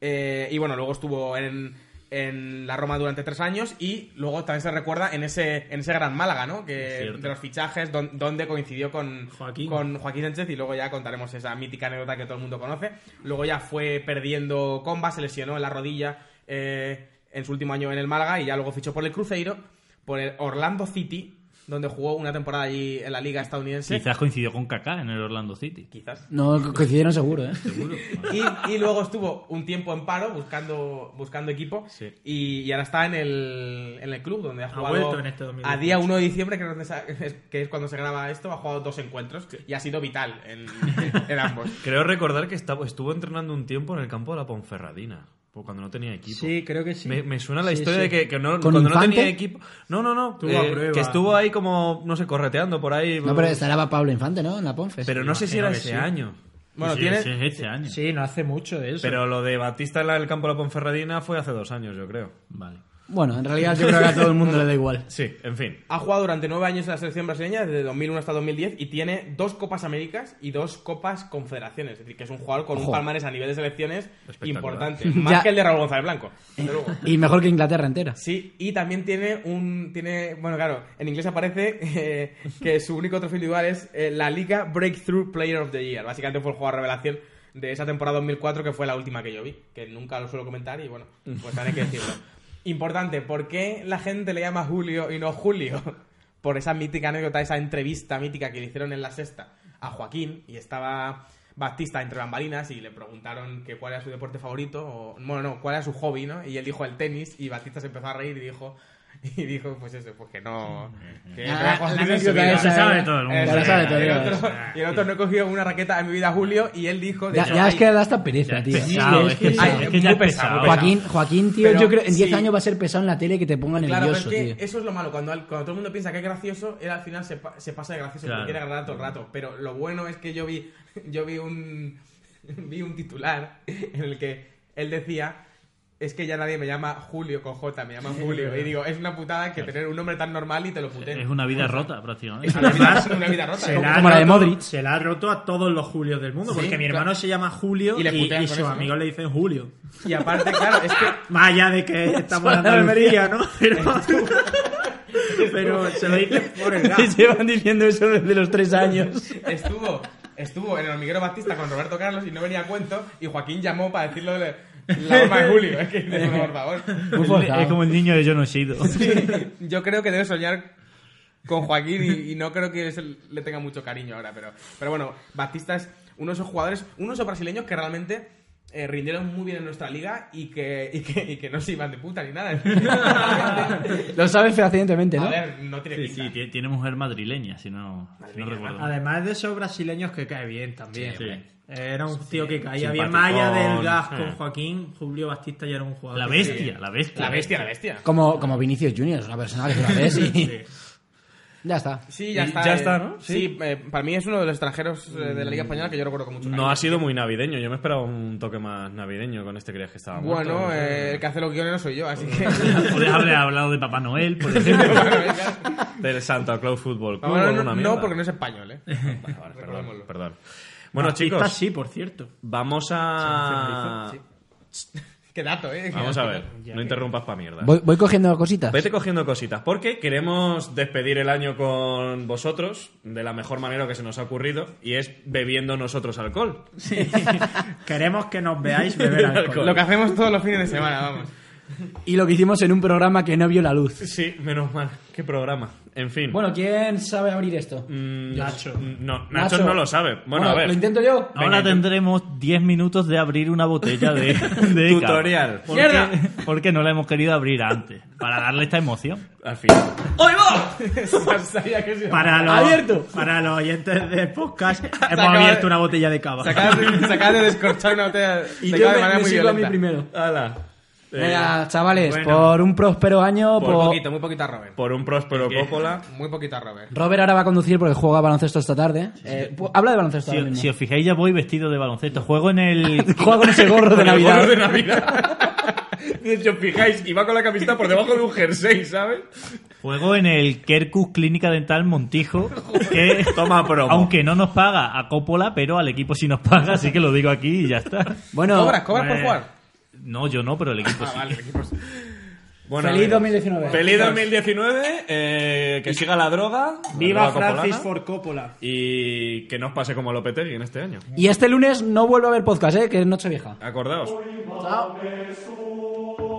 Speaker 3: Eh, y bueno, luego estuvo en, en la Roma durante tres años y luego también se recuerda en ese, en ese gran Málaga, ¿no?
Speaker 5: Es
Speaker 3: Que,
Speaker 5: cierto.
Speaker 3: de los fichajes, don- donde coincidió con
Speaker 4: Joaquín.
Speaker 3: con Joaquín Sánchez y luego ya contaremos esa mítica anécdota que todo el mundo conoce. Luego ya fue perdiendo comba, se lesionó en la rodilla eh, en su último año en el Málaga y ya luego fichó por el Cruzeiro, por el Orlando City, donde jugó una temporada allí en la liga estadounidense.
Speaker 5: Quizás coincidió con Kaká en el Orlando City.
Speaker 3: Quizás.
Speaker 2: No, co- coincidieron seguro, ¿eh?
Speaker 5: Seguro.
Speaker 3: Y, y luego estuvo un tiempo en paro buscando, buscando equipo
Speaker 1: Sí.
Speaker 3: y, y ahora está en el, en el club donde ha jugado
Speaker 4: vuelto en este 2018.
Speaker 3: a día 1 de diciembre, que es, donde se- que es cuando se graba esto, ha jugado dos encuentros y ha sido vital en, en ambos.
Speaker 1: Creo recordar que estaba, estuvo entrenando un tiempo en el campo de la Ponferradina, por cuando no tenía equipo.
Speaker 4: creo que sí.
Speaker 1: Me, me suena la
Speaker 4: Sí,
Speaker 1: historia
Speaker 4: sí.
Speaker 1: de que, que no,
Speaker 2: ¿Con
Speaker 1: cuando no
Speaker 2: Infante?
Speaker 1: tenía equipo. No, no, no.
Speaker 4: Estuvo a prueba.
Speaker 1: que estuvo ahí como, no sé, correteando por ahí.
Speaker 2: No, pero estará Pablo Infante, ¿no? En la Ponfe.
Speaker 1: Pero no sé si era
Speaker 4: que
Speaker 1: ese
Speaker 4: sí.
Speaker 1: año.
Speaker 3: Bueno,
Speaker 5: Sí,
Speaker 3: tiene,
Speaker 5: ese es este año.
Speaker 4: Sí, no hace mucho de eso.
Speaker 1: Pero lo de Batista en la- el campo de la Ponferradina fue hace dos años, yo creo.
Speaker 5: Vale.
Speaker 2: Bueno, en realidad yo creo que a todo el mundo le da igual.
Speaker 1: Sí, en fin.
Speaker 3: ha jugado durante nueve años en la selección brasileña, desde 2001 hasta 2010, y tiene dos Copas Américas y dos Copas Confederaciones. Es decir, que es un jugador con un
Speaker 2: Ojo.
Speaker 3: palmarés a nivel de selecciones
Speaker 1: Espectacular.
Speaker 3: importante. Más
Speaker 2: Ya. Eh,
Speaker 3: que el de Raúl González Blanco, desde luego.
Speaker 2: Y mejor que Inglaterra entera.
Speaker 3: Sí, y también tiene un. tiene Bueno, claro, en inglés aparece eh, que su único trofeo individual es eh, la Liga Breakthrough Player of the Year. Básicamente fue el jugador revelación de esa temporada 2004, que fue la última que yo vi, que nunca lo suelo comentar y bueno, pues también hay que decirlo. Importante, ¿por qué la gente le llama Julio y no Julio? Por esa mítica anécdota, esa entrevista mítica que le hicieron en la sexta a Joaquín y estaba Batista entre bambalinas y le preguntaron que cuál era su deporte favorito, o, bueno, no, cuál era su hobby, ¿no? Y él dijo el tenis y Batista se empezó a reír y dijo, Y dijo, pues eso, pues que no. Que
Speaker 2: Ah,
Speaker 3: no ha
Speaker 2: la
Speaker 3: cogido en su
Speaker 2: anécdota
Speaker 3: vida.
Speaker 2: esa,
Speaker 5: Se sabe
Speaker 2: ¿eh?
Speaker 5: todo el mundo.
Speaker 3: Eso
Speaker 2: Se la
Speaker 3: es.
Speaker 2: sabe todo el
Speaker 3: Y el
Speaker 2: mundo.
Speaker 3: otro- Y el otro no he cogido una raqueta en mi vida, Julio, y él dijo. de
Speaker 2: Ya,
Speaker 3: hecho,
Speaker 2: ya es
Speaker 3: ay,
Speaker 2: que da hasta pereza, tío.
Speaker 5: pesado,
Speaker 2: Sí,
Speaker 5: es que es
Speaker 3: Ay,
Speaker 5: pesado, es que ya
Speaker 3: muy pesado,
Speaker 5: es pesado.
Speaker 3: muy pesado.
Speaker 2: Joaquín, Joaquín, tío,
Speaker 3: Pero
Speaker 2: yo creo en 10
Speaker 3: sí.
Speaker 2: años va a ser pesado en la tele que te ponga
Speaker 3: Claro, pero es
Speaker 2: nervioso,
Speaker 3: que
Speaker 2: tío.
Speaker 3: eso es lo malo. Cuando, al- cuando todo el mundo piensa que es gracioso, él al final se, pa- se pasa de gracioso
Speaker 5: Claro.
Speaker 3: porque quiere agradar todo el rato. Pero lo bueno es que yo vi, yo vi un vi un titular en el que él decía es que ya nadie me llama Julio con J, me llaman Julio. Y digo, es una putada que tener un nombre tan normal y te lo puteen.
Speaker 5: Es una vida rota, prácticamente.
Speaker 3: Es una vida, una vida rota.
Speaker 4: Se
Speaker 2: Como-
Speaker 4: la ha
Speaker 2: como la de
Speaker 4: roto-
Speaker 2: Modric.
Speaker 4: Se la ha roto a todos los Julios del mundo,
Speaker 3: Sí,
Speaker 4: porque mi
Speaker 3: claro.
Speaker 4: hermano se llama Julio
Speaker 3: Y
Speaker 4: y,
Speaker 3: le putean
Speaker 4: y
Speaker 3: con
Speaker 4: sus
Speaker 3: eso, ¿no?
Speaker 4: amigos le dicen Julio.
Speaker 3: Y aparte, claro, es que
Speaker 4: Más allá de que estamos en
Speaker 2: Solo en
Speaker 4: Almería, ¿no? Pero, pero se lo dicen por el gas.
Speaker 2: llevan diciendo eso desde los 3 años.
Speaker 3: estuvo, estuvo en el hormiguero Batista con Roberto Carlos y no venía a cuento. Y Joaquín llamó para decirlo de la broma de Julio. Es que, por favor.
Speaker 2: Muy
Speaker 5: Es como
Speaker 2: forzado.
Speaker 5: el niño de Yo no he sido.
Speaker 3: Yo creo que debe soñar con Joaquín y, y no creo que se le tenga mucho cariño ahora, pero, pero bueno, Batista es uno de esos jugadores, uno de esos brasileños que realmente eh, rindieron muy bien en nuestra liga y que, y que, y que no se iban de puta ni nada.
Speaker 2: Lo sabes fehacientemente,
Speaker 3: A
Speaker 2: ¿no?
Speaker 3: ver, no tiene
Speaker 5: Sí,
Speaker 3: pinta.
Speaker 5: sí, tie- tiene mujer madrileña, si no, si no recuerdo.
Speaker 4: Además de esos brasileños que cae bien también.
Speaker 5: Sí, sí.
Speaker 4: Era un tío que caía bien. Más
Speaker 5: Simpaticón,
Speaker 4: allá del gas
Speaker 5: sí.
Speaker 4: con Joaquín, Julio Bastista ya era un jugador.
Speaker 5: La
Speaker 4: que-
Speaker 5: bestia, la bestia.
Speaker 3: La bestia, la bestia.
Speaker 2: Como, como Vinicius Junior, es una persona que tú la ves y... Ya está.
Speaker 3: Sí, ya
Speaker 1: Y
Speaker 3: está.
Speaker 1: ya
Speaker 3: eh,
Speaker 1: está, ¿no? Mm,
Speaker 3: Sí, eh, para mí es uno de los extranjeros eh, de la Liga Española que yo recuerdo con mucho
Speaker 1: No
Speaker 3: cariño.
Speaker 1: ha sido muy navideño. Yo me esperaba un toque más navideño con este creías que estaba muerto.
Speaker 3: Bueno, eh, el que hace los guiones no soy yo, así que...
Speaker 5: Podrías haber hablado de Papá Noel, por ejemplo.
Speaker 1: Del Santa Claus Fútbol Club.
Speaker 3: Bueno,
Speaker 1: alguna
Speaker 3: no,
Speaker 1: mierda.
Speaker 3: no, porque no es español, ¿eh?
Speaker 1: Vale, vale, perdón,
Speaker 3: Recordémoslo.
Speaker 1: perdón. Bueno,
Speaker 4: Bastista
Speaker 1: chicos,
Speaker 4: sí, por cierto.
Speaker 1: vamos a...
Speaker 3: Qué dato, ¿eh?
Speaker 1: Vamos a ver, no interrumpas pa' mierda.
Speaker 2: Voy, voy cogiendo cositas.
Speaker 1: Vete cogiendo cositas, porque queremos despedir el año con vosotros de la mejor manera que se nos ha ocurrido, y es bebiendo nosotros alcohol.
Speaker 4: Queremos que nos veáis beber alcohol.
Speaker 3: Lo que hacemos todos los fines de semana, vamos.
Speaker 2: Y lo que hicimos en un programa que no vio la luz.
Speaker 1: Sí, menos mal, qué programa. En fin.
Speaker 2: Bueno, ¿quién sabe abrir esto?
Speaker 1: Mm,
Speaker 4: Nacho.
Speaker 1: No, Nacho, no lo sabe. Bueno, a ver.
Speaker 2: ¿Lo intento yo?
Speaker 5: Ahora
Speaker 1: Venga,
Speaker 5: tendremos 10 minutos de abrir una botella de, de cava.
Speaker 1: Tutorial.
Speaker 5: ¿Por qué? Porque no la hemos querido abrir antes, para darle esta emoción.
Speaker 1: Al final.
Speaker 3: Sabía que se iba a-
Speaker 4: Para los,
Speaker 2: Abierto.
Speaker 4: para los oyentes de podcast, hemos
Speaker 3: acaba
Speaker 4: abierto
Speaker 3: de-
Speaker 4: una botella de cava.
Speaker 3: Se acaba de, se acaba de descorchar una botella
Speaker 2: Y
Speaker 3: de
Speaker 2: yo me,
Speaker 3: cava de manera
Speaker 2: me
Speaker 3: muy
Speaker 2: sirvo a mí
Speaker 3: violenta.
Speaker 2: primero.
Speaker 1: Ala. Eh,
Speaker 2: Venga, chavales,
Speaker 1: bueno.
Speaker 2: por un próspero año,
Speaker 1: Por
Speaker 2: por,
Speaker 3: Muy poquito, muy poquito a Robert.
Speaker 1: Por un próspero Coppola.
Speaker 3: Muy poquito a Robert.
Speaker 2: Robert ahora va a conducir porque juega baloncesto esta tarde. Eh, pu- habla de baloncesto ahora
Speaker 5: Si,
Speaker 2: mismo.
Speaker 5: si os fijáis, ya voy vestido de baloncesto. Juego en el.
Speaker 2: Juega con ese gorro de
Speaker 1: Con el
Speaker 2: Navidad.
Speaker 1: gorro de Navidad. Si os fijáis, iba con la camiseta por debajo de un jersey, ¿sabes?
Speaker 5: Juego en el Kerkus Clínica Dental Montijo. Que,
Speaker 1: Toma promo.
Speaker 5: Aunque no nos paga a Coppola, pero al equipo sí nos paga, así que lo digo aquí y ya está.
Speaker 2: Bueno,
Speaker 3: ¿Cobras, cobras por
Speaker 5: Eh,
Speaker 3: jugar?
Speaker 5: No, yo no, pero el equipo sí.
Speaker 1: Bueno,
Speaker 2: feliz
Speaker 1: amigos.
Speaker 2: 2019.
Speaker 1: Feliz 2019, eh, que siga la droga. la
Speaker 4: Viva
Speaker 1: droga copolana,
Speaker 4: Francis Ford Coppola.
Speaker 1: Y que no os pase como a Lopetegui en este año.
Speaker 2: Y este lunes no vuelvo a ver podcast, ¿eh? que es noche vieja.
Speaker 1: Acordaos.
Speaker 7: Começou